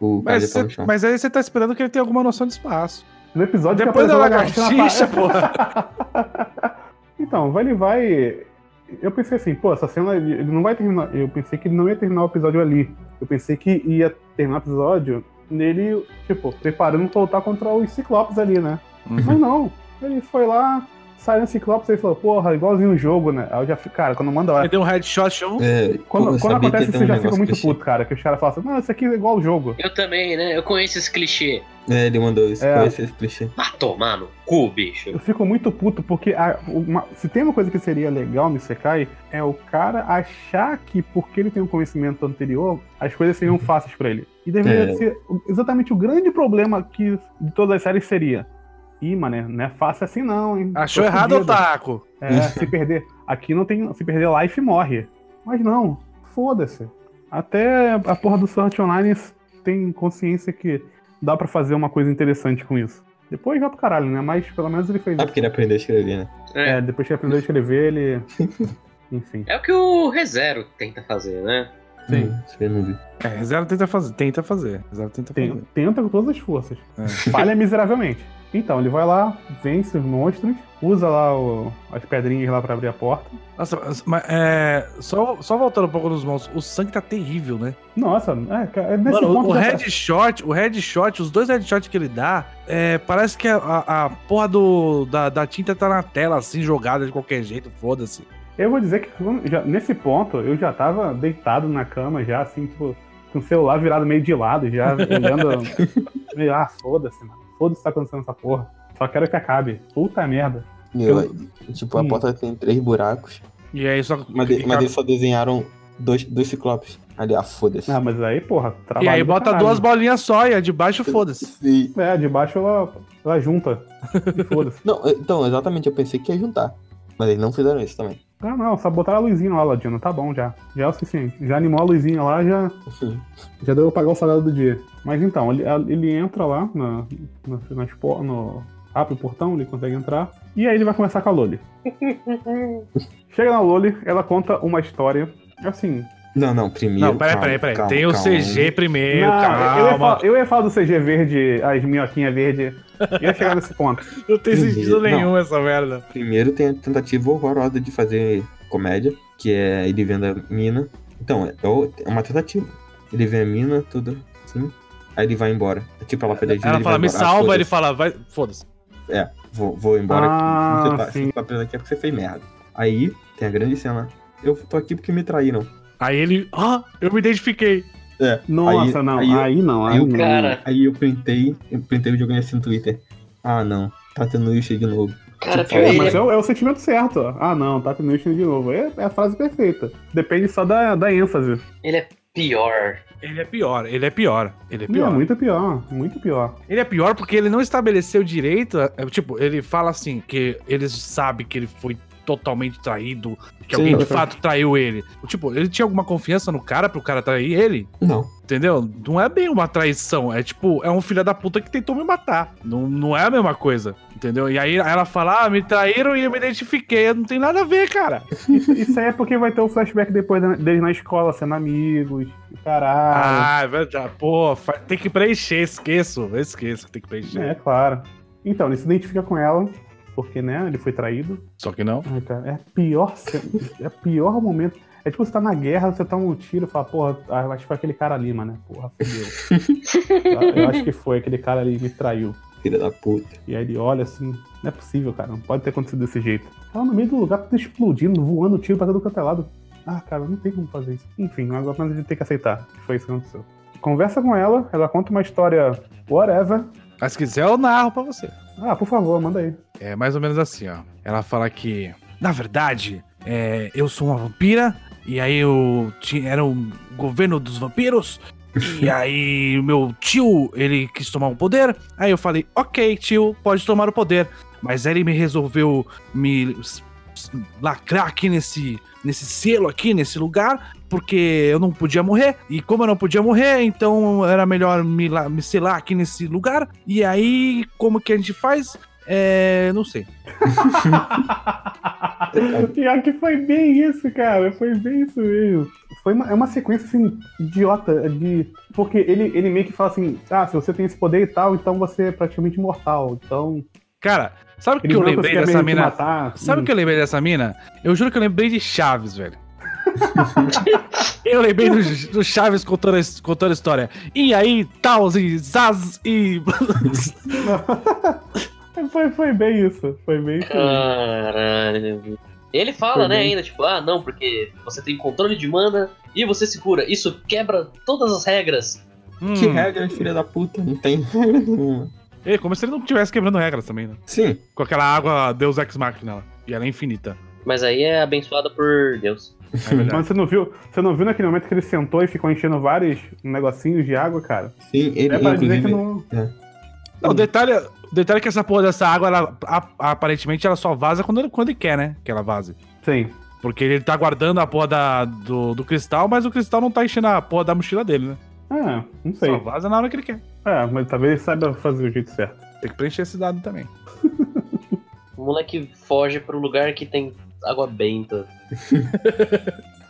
S6: O cara
S4: Mas,
S6: ele tá no
S4: cê-
S6: chão.
S4: mas aí você tá esperando que ele tenha alguma noção de espaço.
S3: No episódio
S4: Depois
S3: que apareceu
S4: da
S3: a
S4: lagartixa,
S3: porra. então, vai ele vai. Eu pensei assim, pô, essa cena ele não vai terminar. Eu pensei que ele não ia terminar o episódio ali. Eu pensei que ia terminar o episódio nele, tipo, preparando pra lutar contra os Ciclopes ali, né?
S4: Uhum.
S3: Mas não, ele foi lá, saiu no Ciclopes e falou, porra, igualzinho o jogo, né? Aí eu já fico, cara, quando manda
S4: Ele deu um headshot, eu...
S6: É, pô, eu
S3: Quando, quando
S6: sabia que
S3: acontece
S6: ia
S3: isso, eu
S6: ter um
S3: já fico
S6: negócio
S3: muito
S6: clichê.
S3: puto, cara. Que os caras falam assim, não, isso aqui é igual o jogo.
S5: Eu também, né? Eu conheço esse clichê.
S6: É, ele mandou isso,
S3: É.
S6: conhece esse clichê.
S5: Vai tomar no cu, bicho.
S3: Eu fico muito puto porque a- uma- se tem uma coisa que seria legal no Isekai, é o cara achar que porque ele tem um conhecimento anterior, as coisas seriam fáceis pra ele. E deveria
S6: Uhum. É.
S3: ser o- exatamente o grande problema que de todas as séries seria. Ih, mané, não é fácil assim não, hein?
S4: achou
S3: Tô
S4: errado o
S3: fudido.
S4: taco.
S3: É, se perder. Aqui não tem. Se perder life, morre. Mas não, foda-se. Até a porra do Sword Art Online tem consciência que dá pra fazer uma coisa interessante com isso. Depois vai pro caralho, né? Mas pelo menos ele fez
S6: Ah,
S3: isso.
S6: porque ele aprendeu a escrever, né?
S5: É.
S3: É, depois que ele aprendeu a escrever, ele. Enfim.
S5: É o que o ReZero tenta fazer, né?
S3: Sim.
S6: Hum, isso eu não vi.
S4: É, Zero tenta fazer, tenta fazer. Zero tenta
S3: Tem-
S4: fazer.
S3: tenta com todas as forças.
S4: É.
S3: Falha miseravelmente. Então, ele vai lá, vence os monstros, usa lá o- as pedrinhas lá pra abrir a porta.
S4: Nossa, mas é, só, só voltando um pouco nos mãos, o sangue tá terrível, né?
S3: Nossa, é, cara, nesse
S4: Mano,
S3: ponto.
S4: o
S3: já tá-
S4: headshot, o headshot, os dois headshots que ele dá, é, parece que a, a- a porra do, da, da tinta tá na tela, assim, jogada de qualquer jeito, foda-se.
S3: Eu vou dizer que quando- já- nesse ponto eu já tava deitado na cama, já assim, tipo, com o celular virado meio de lado, já olhando. meio, ah, foda-se, mano. Foda-se que tá acontecendo essa porra. Só quero que acabe. Puta merda.
S6: Meu,
S3: Eu-
S6: é, Tipo, a
S3: Hum.
S6: porta tem três buracos,
S4: E aí só.
S6: mas,
S4: e
S6: de- mas
S4: cada-
S6: eles só desenharam dois, dois ciclopes. Ali, ah, foda-se.
S3: Ah, mas aí, porra, trabalho.
S4: e aí
S3: do
S4: bota
S3: caralho.
S4: duas bolinhas só, e a de baixo, foda-se.
S6: Sim.
S3: É, de baixo ela, ela junta. E Foda-se.
S6: Não, então, exatamente, eu pensei que ia juntar. Mas eles não fizeram isso também.
S3: Ah, não, só botaram a luzinha lá, Ladino. Tá bom já. Já é o suficiente. Já animou a luzinha lá, já, já deu pra pagar o salário do dia. Mas então, ele, ele entra lá na, na, nas por- no, abre o portão, ele consegue entrar. E aí ele vai conversar com a Loli. Chega na Loli, ela conta uma história. Assim.
S6: Não, não, primeiro.
S4: Não, peraí,
S6: calma,
S4: peraí, peraí.
S6: calma,
S4: Tem o
S6: calma.
S4: CG primeiro,
S3: Não, eu, ia
S4: calma.
S3: falar, eu ia falar do CG verde, as minhoquinhas verde. Ia chegar nesse ponto.
S4: Não tem sentido
S6: Não.
S4: nenhum essa merda.
S6: Primeiro tem a tentativa horrorosa de fazer comédia, que é ele vendo a mina. Então, é o- é uma tentativa. Ele vê a mina, tudo, assim. Aí ele vai embora. É Tipo, ela pede ajuda,
S4: Ela
S6: ele
S4: fala,
S6: vai
S4: me
S6: embora.
S4: salva,
S6: Ah,
S4: ele fala, vai. Foda-se.
S6: É, vou, vou embora
S3: Ah,
S6: aqui. Você tá,
S3: sim.
S6: você tá preso aqui é porque você fez merda. Aí tem a grande cena. Eu tô aqui porque me traíram.
S4: Aí ele. Ah, eu me identifiquei.
S6: É.
S3: Nossa, não. Aí,
S6: Aí,
S3: não.
S6: aí
S3: Aí
S6: o
S3: não.
S5: Cara,
S6: aí eu printei, eu printei o videogame assim no Twitter. Ah não, tá tendo isso de novo. Tipo,
S5: cara, pior
S3: É,
S5: ele
S3: mas
S5: é
S3: é o, é o sentimento certo. ó. Ah, não, tá tendo isso de novo. É, é a frase perfeita. Depende só da, da ênfase.
S5: pior.
S4: Ele é pior, ele é pior, ele é
S3: Não,
S4: pior.
S3: muito pior, muito pior.
S4: Ele é pior porque ele não estabeleceu direito. é, Tipo, ele fala assim, que ele sabe que ele foi totalmente traído, que
S6: Sim,
S4: alguém de
S6: eu-
S4: fato traiu ele. Tipo, ele tinha alguma confiança no cara pro cara trair ele?
S6: Não.
S4: Entendeu? Não é bem uma traição. É tipo, é um filho da puta que tentou me matar. Não, não é a mesma coisa. Entendeu? E aí ela fala, ah, me traíram e eu me identifiquei. Não tem nada a ver, cara.
S3: Isso, isso aí é porque vai ter o flashback depois da- deles na escola, sendo amigos. Caralho.
S4: Ah, é verdade. Pô, fa- tem que preencher, esqueço. Eu esqueço que tem que preencher.
S3: é, claro. Então, ele se identifica com ela, porque, né, ele foi traído.
S4: Só que não.
S3: Ai, cara, é a pior, ce- é o pior momento. É tipo, você tá na guerra, você toma um tiro e fala, porra, ah, acho que foi aquele cara ali, mano. né? Porra, fudeu. Ah, Eu acho que foi aquele cara ali que me traiu.
S6: Filha da puta.
S3: E aí ele olha assim, não é possível, cara, não pode ter acontecido desse jeito. Ela no meio do lugar, tudo explodindo, voando tiro pra todo canto é lado. Ah, cara, não tem como fazer isso. Enfim, agora mas a gente tem que aceitar que foi isso que aconteceu. Conversa com ela, ela conta uma história, whatever.
S4: Mas se quiser, eu narro pra você.
S3: Ah, por favor, manda aí.
S4: É mais ou menos assim, ó. Ela fala que, na verdade, é, eu sou uma vampira, e aí eu ti- era o governo dos vampiros, e aí o meu tio, ele quis tomar o poder, aí eu falei, ok, tio, pode tomar o poder. Mas aí ele me resolveu me s- s- lacrar aqui nesse, nesse selo aqui, nesse lugar, porque eu não podia morrer, e como eu não podia morrer, então era melhor me, la- me selar aqui nesse lugar, e aí como que a gente faz? É, não sei. Hum.
S3: Pior é que foi bem isso, cara. Foi bem isso mesmo. Foi uma, é uma sequência, assim, idiota. De, porque ele, ele meio que fala assim: ah, se você tem esse poder e tal, então você é praticamente imortal. Então.
S4: Cara, sabe o que
S3: eles
S4: eu
S3: não
S4: lembrei
S3: conseguem
S4: dessa
S3: meio que
S4: mina?
S3: Matar.
S4: Sabe o
S3: Hum.
S4: que eu lembrei dessa mina? Eu juro que eu lembrei de Chaves, velho. eu lembrei do, do Chaves contando a, his- contando a história. E aí, tal, e zaz, e.
S3: Foi, foi bem isso. Foi bem isso.
S5: Ah.
S3: mesmo.
S5: Caralho. Ele fala,
S3: Foi
S5: né,
S3: bem.
S5: ainda, tipo, ah, não, porque você tem controle de mana e você segura. Isso quebra todas as regras.
S4: Hum.
S6: Que regra, filha da puta? Não tem regra nenhuma.
S4: É, como se ele não estivesse quebrando regras também, né?
S6: Sim.
S4: Com aquela água Deus Ex Machina lá. E ela é infinita.
S5: Mas aí é abençoada por Deus.
S4: É verdade.
S3: Mas você não viu? Você não viu naquele momento que ele sentou e ficou enchendo vários negocinhos de água, cara?
S6: Sim, ele
S3: É pra dizer
S6: inclusive.
S3: que não.
S4: Não, o detalhe, o detalhe é que essa porra dessa água, ela, a- aparentemente, ela só vaza quando, ele- quando ele quer, né? Que ela vaze.
S3: Sim.
S4: Porque ele tá guardando a porra da- do, do cristal, mas o cristal não tá enchendo a porra da mochila dele, né?
S3: Ah, não sei.
S4: Só vaza na hora que ele quer.
S3: É, mas talvez ele saiba fazer o jeito certo.
S4: Tem que preencher esse dado também.
S5: O moleque foge pro lugar que tem água benta.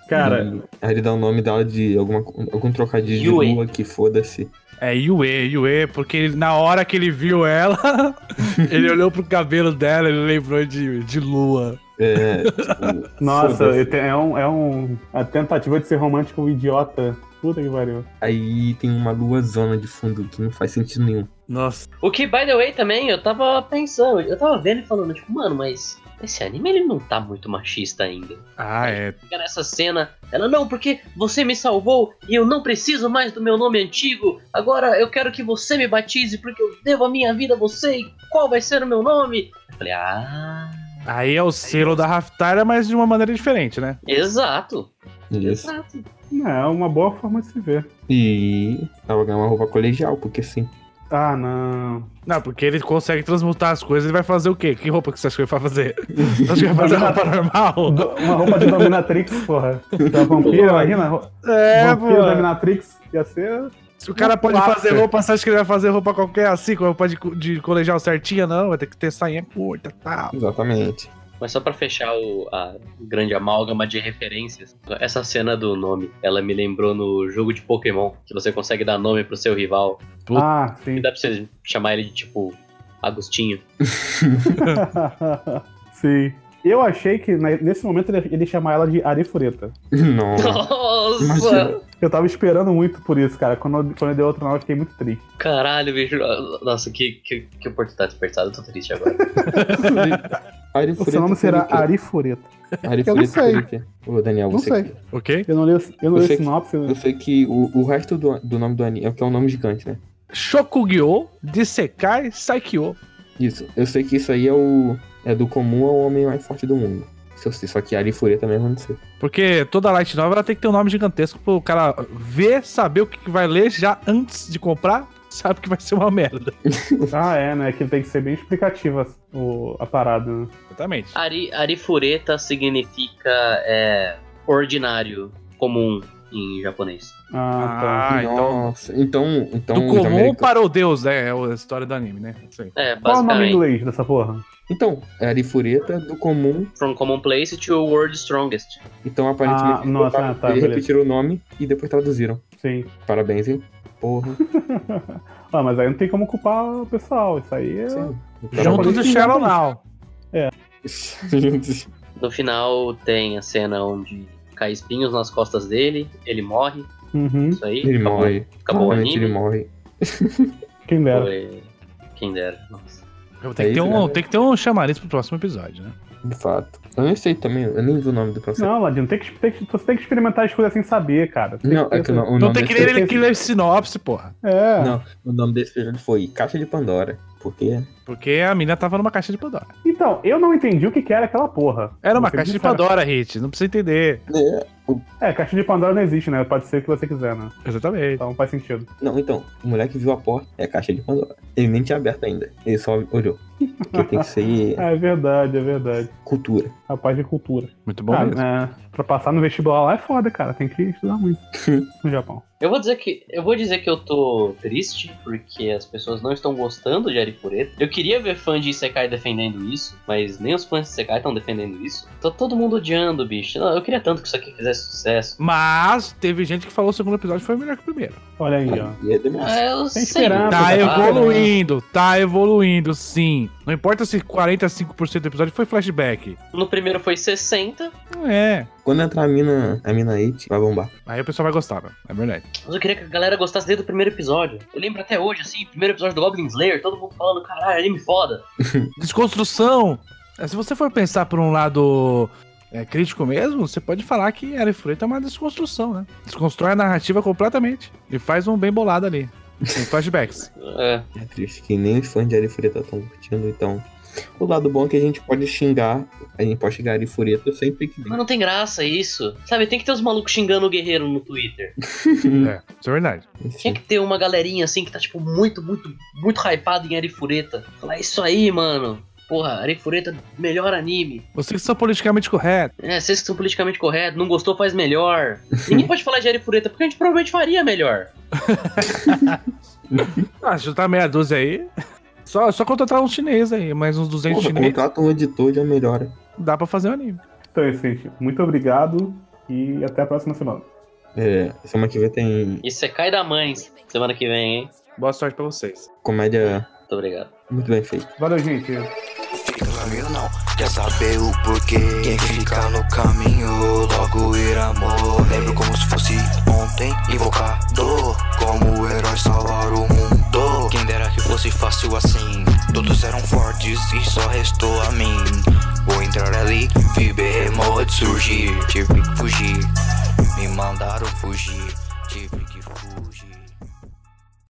S3: Cara,
S6: Aí ele dá o nome dela de alguma, algum trocadilho de
S5: Yui.
S6: lua que foda-se.
S4: É Yue, Yue, porque ele- na hora que ele viu ela, ele olhou pro cabelo dela, ele lembrou de, de lua.
S6: É, tipo,
S3: Nossa,
S6: foda-se.
S3: eu te- é um, é um a tentativa de ser romântico um idiota. Puta que pariu.
S6: Aí tem uma lua zona de fundo que não faz sentido nenhum.
S4: Nossa.
S5: O que, by the way, também eu tava pensando, eu tava vendo e falando, tipo, mano, mas esse anime ele não tá muito machista ainda.
S4: Ah, é.
S5: Fica nessa cena, ela, não, porque você me salvou e eu não preciso mais do meu nome antigo. Agora eu quero que você me batize porque eu devo a minha vida a você e qual vai ser o meu nome? Eu falei, ah,
S4: Aí é o selo da Raftaria, mas de uma maneira diferente, né?
S5: exato,
S6: Isso.
S5: exato.
S3: Não, É uma boa forma de se ver.
S6: E ela vai ganhar uma roupa colegial, porque sim.
S3: Ah, não.
S4: Não, porque ele consegue transmutar as coisas, ele vai fazer o quê? Que roupa que você acha que ele vai fazer? Você acha que ele vai fazer roupa normal?
S3: Do- Uma roupa de Dominatrix, porra. Da vampira, imagina. ro-
S4: É,
S3: vampira
S4: pô.
S3: Dominatrix ia ser
S4: Se o cara pode
S3: Plástico.
S4: fazer roupa, você acha que ele vai fazer roupa qualquer assim, com roupa de, co- de colegial certinha? Não, vai ter que ter sainha curta e tal.
S6: Exatamente.
S5: Mas só pra fechar o- a grande amálgama de referências, essa cena do nome, ela me lembrou no jogo de Pokémon, que você consegue dar nome pro seu rival.
S3: Ah,
S5: E
S3: sim.
S5: dá pra você chamar ele de tipo Agostinho.
S3: sim. Eu achei que na- nesse momento ele, ele ia chamar ela de Arifureta.
S6: Nossa.
S5: Nossa!
S6: Imagina.
S3: Eu tava esperando muito por isso, cara. Quando, quando eu dei outro nome, eu fiquei muito triste.
S5: Caralho, bicho. Nossa, que, que, que oportunidade desperdiçada, eu tô triste agora.
S3: O seu nome será Arifureta.
S6: Arifureta.
S3: Eu não sei.
S6: Ô, Daniel,
S3: Não
S6: você
S3: sei.
S4: Ok?
S3: Eu não li, o- eu não
S6: Eu
S3: li
S6: sei
S3: o
S6: que-
S3: sinopse. né?
S6: Eu sei que o, o resto do, do nome do anime é o que é um nome gigante, né?
S4: Shokugyo, Disekai, Saikyo.
S6: Isso. Eu sei que isso aí é o. É do comum ao homem mais forte do mundo. Se eu sei, só que Arifureta mesmo eu não sei.
S4: Porque toda light novel ela tem que ter um nome gigantesco pro cara ver, saber o que que vai ler já antes de comprar, sabe que vai ser uma merda.
S3: Ah, é, né? Que tem que ser bem explicativa o- a parada, né?
S4: Exatamente.
S6: Ah.
S5: Ari, arifureta significa é, ordinário, comum em japonês.
S3: Ah, tá.
S4: Ah, então.
S6: Nossa. Então. então
S4: Do
S6: os
S4: comum
S6: americanos-
S4: para o Deus, né? É a história do anime, né? Isso aí.
S5: É,
S3: Qual é o nome em
S5: basicamente.
S3: inglês dessa porra?
S6: Então, é Arifureta do comum.
S5: From common place to world strongest.
S6: Então, aparentemente,
S3: Ah, nossa,
S6: botaram-
S3: ah, tá,
S6: eles
S3: beleza.
S6: repetiram o nome e depois traduziram.
S3: Sim.
S6: Parabéns, hein? Porra.
S3: Ah, mas aí não tem como culpar o pessoal. Isso aí é.
S6: Sim.
S4: Juntos do Shadow Now.
S6: Juntos.
S5: No final tem a cena onde cai espinhos nas costas dele, ele morre,
S3: Uhum.
S5: isso aí.
S6: Ele
S5: acabou,
S6: morre.
S5: Acabou o
S6: Realmente ele
S5: anime.
S6: morre.
S3: Quem dera.
S5: Foi- Quem dera, nossa.
S4: Tem que, ter
S6: isso,
S4: um,
S6: né?
S4: tem que ter um chamariz pro próximo episódio, né?
S6: De fato. Eu nem sei também, eu nem vi o nome do processo.
S3: Não, Ladino, tem que, tem que- você tem que experimentar as coisas sem saber, cara. Tem
S6: Não,
S3: que ter
S6: é que o, no- o
S4: Não
S6: nome
S4: Então tem que
S6: desse,
S4: ler ele que lê sinopse, porra.
S3: É.
S6: Não. o nome desse episódio foi Caixa de Pandora. Porque né?
S4: Porque a mina tava numa caixa de Pandora.
S3: Então, eu não entendi o que, que era aquela porra.
S4: Era uma
S3: Vou ser
S4: caixa de
S3: sincero.
S4: Pandora, Hit. Não precisa entender.
S3: É, caixa de Pandora não existe, né? Pode ser o que você quiser, né?
S4: Exatamente.
S3: Então faz sentido.
S6: Não, então, o moleque viu a porta, é a Caixa de Pandora. Ele nem tinha aberto ainda, ele só olhou. Porque tem que ser
S3: É verdade, é verdade.
S6: cultura.
S3: Rapaz de cultura.
S4: Muito bom
S3: ah,
S4: mesmo.
S3: né? Pra passar no vestibular lá é foda, cara. Tem que estudar muito. no Japão.
S5: Eu vou dizer que eu vou dizer que eu tô triste porque as pessoas não estão gostando de Arifureta. Eu queria ver fã de Isekai defendendo isso, mas nem os fãs de Isekai estão defendendo isso. Tá todo mundo odiando, bicho. Não, eu queria tanto que isso aqui fizesse sucesso.
S4: Mas teve gente que falou que o segundo episódio foi melhor que o primeiro.
S3: Olha aí, ó.
S6: E é demais.
S5: Ah, eu
S3: Sem
S5: sei.
S3: esperar,
S4: Tá
S3: mas-
S5: Ah,
S4: evoluindo, tá evoluindo, sim. Não importa se 45% do episódio foi flashback.
S5: No primeiro foi 60,
S4: É.
S6: Quando entrar a mina, a mina aí, vai bombar.
S4: Aí o pessoal vai gostar, né? É verdade.
S5: mas eu queria que a galera gostasse desde o primeiro episódio. Eu lembro até hoje, assim, primeiro episódio do Goblin Slayer, todo mundo falando, caralho, anime foda.
S4: Desconstrução. É, Se você for pensar por um lado é, crítico mesmo, você pode falar que Arifureta é uma desconstrução, né? Desconstrói a narrativa completamente e faz um bem bolado ali. Tem flashbacks.
S5: É,
S6: É triste que nem os fãs de Arifureta estão curtindo, então. O lado bom é que a gente pode xingar, a gente pode xingar Arifureta sempre que
S5: mas não tem graça isso. Sabe, tem que ter os malucos xingando o guerreiro no Twitter.
S4: é, isso é verdade.
S5: Tinha que ter uma galerinha assim que tá, tipo, muito, muito, muito hypada em Arifureta. Falar isso aí, mano. Porra, Arifureta, melhor anime.
S4: Vocês que são politicamente corretos.
S5: É, vocês que são politicamente corretos, não gostou, faz melhor. Ninguém pode falar de Arifureta, porque a gente provavelmente faria melhor.
S4: Ah, juntar meia dúzia aí. Só, só contratar uns chineses aí, mais uns 200
S6: Porra,
S4: chineses.
S6: contrata um editor já melhora.
S4: Dá pra fazer um anime.
S3: Então é isso, gente. Muito obrigado e até a próxima semana.
S6: É, semana que vem tem
S5: E você cai da mãe semana que vem, hein?
S4: Boa sorte pra vocês.
S6: comédia
S5: Muito obrigado.
S6: muito bem feita.
S3: Valeu, gente.
S2: Fica meio não, quer saber o porquê Quem fica no caminho logo irá morrer Lembro como se fosse ontem, invocador Como o herói salvar o mundo Quem dera que fosse fácil assim Todos eram fortes e só restou a mim Vou entrar ali, vi behemoth surgir Tive que fugir, me mandaram fugir Tive que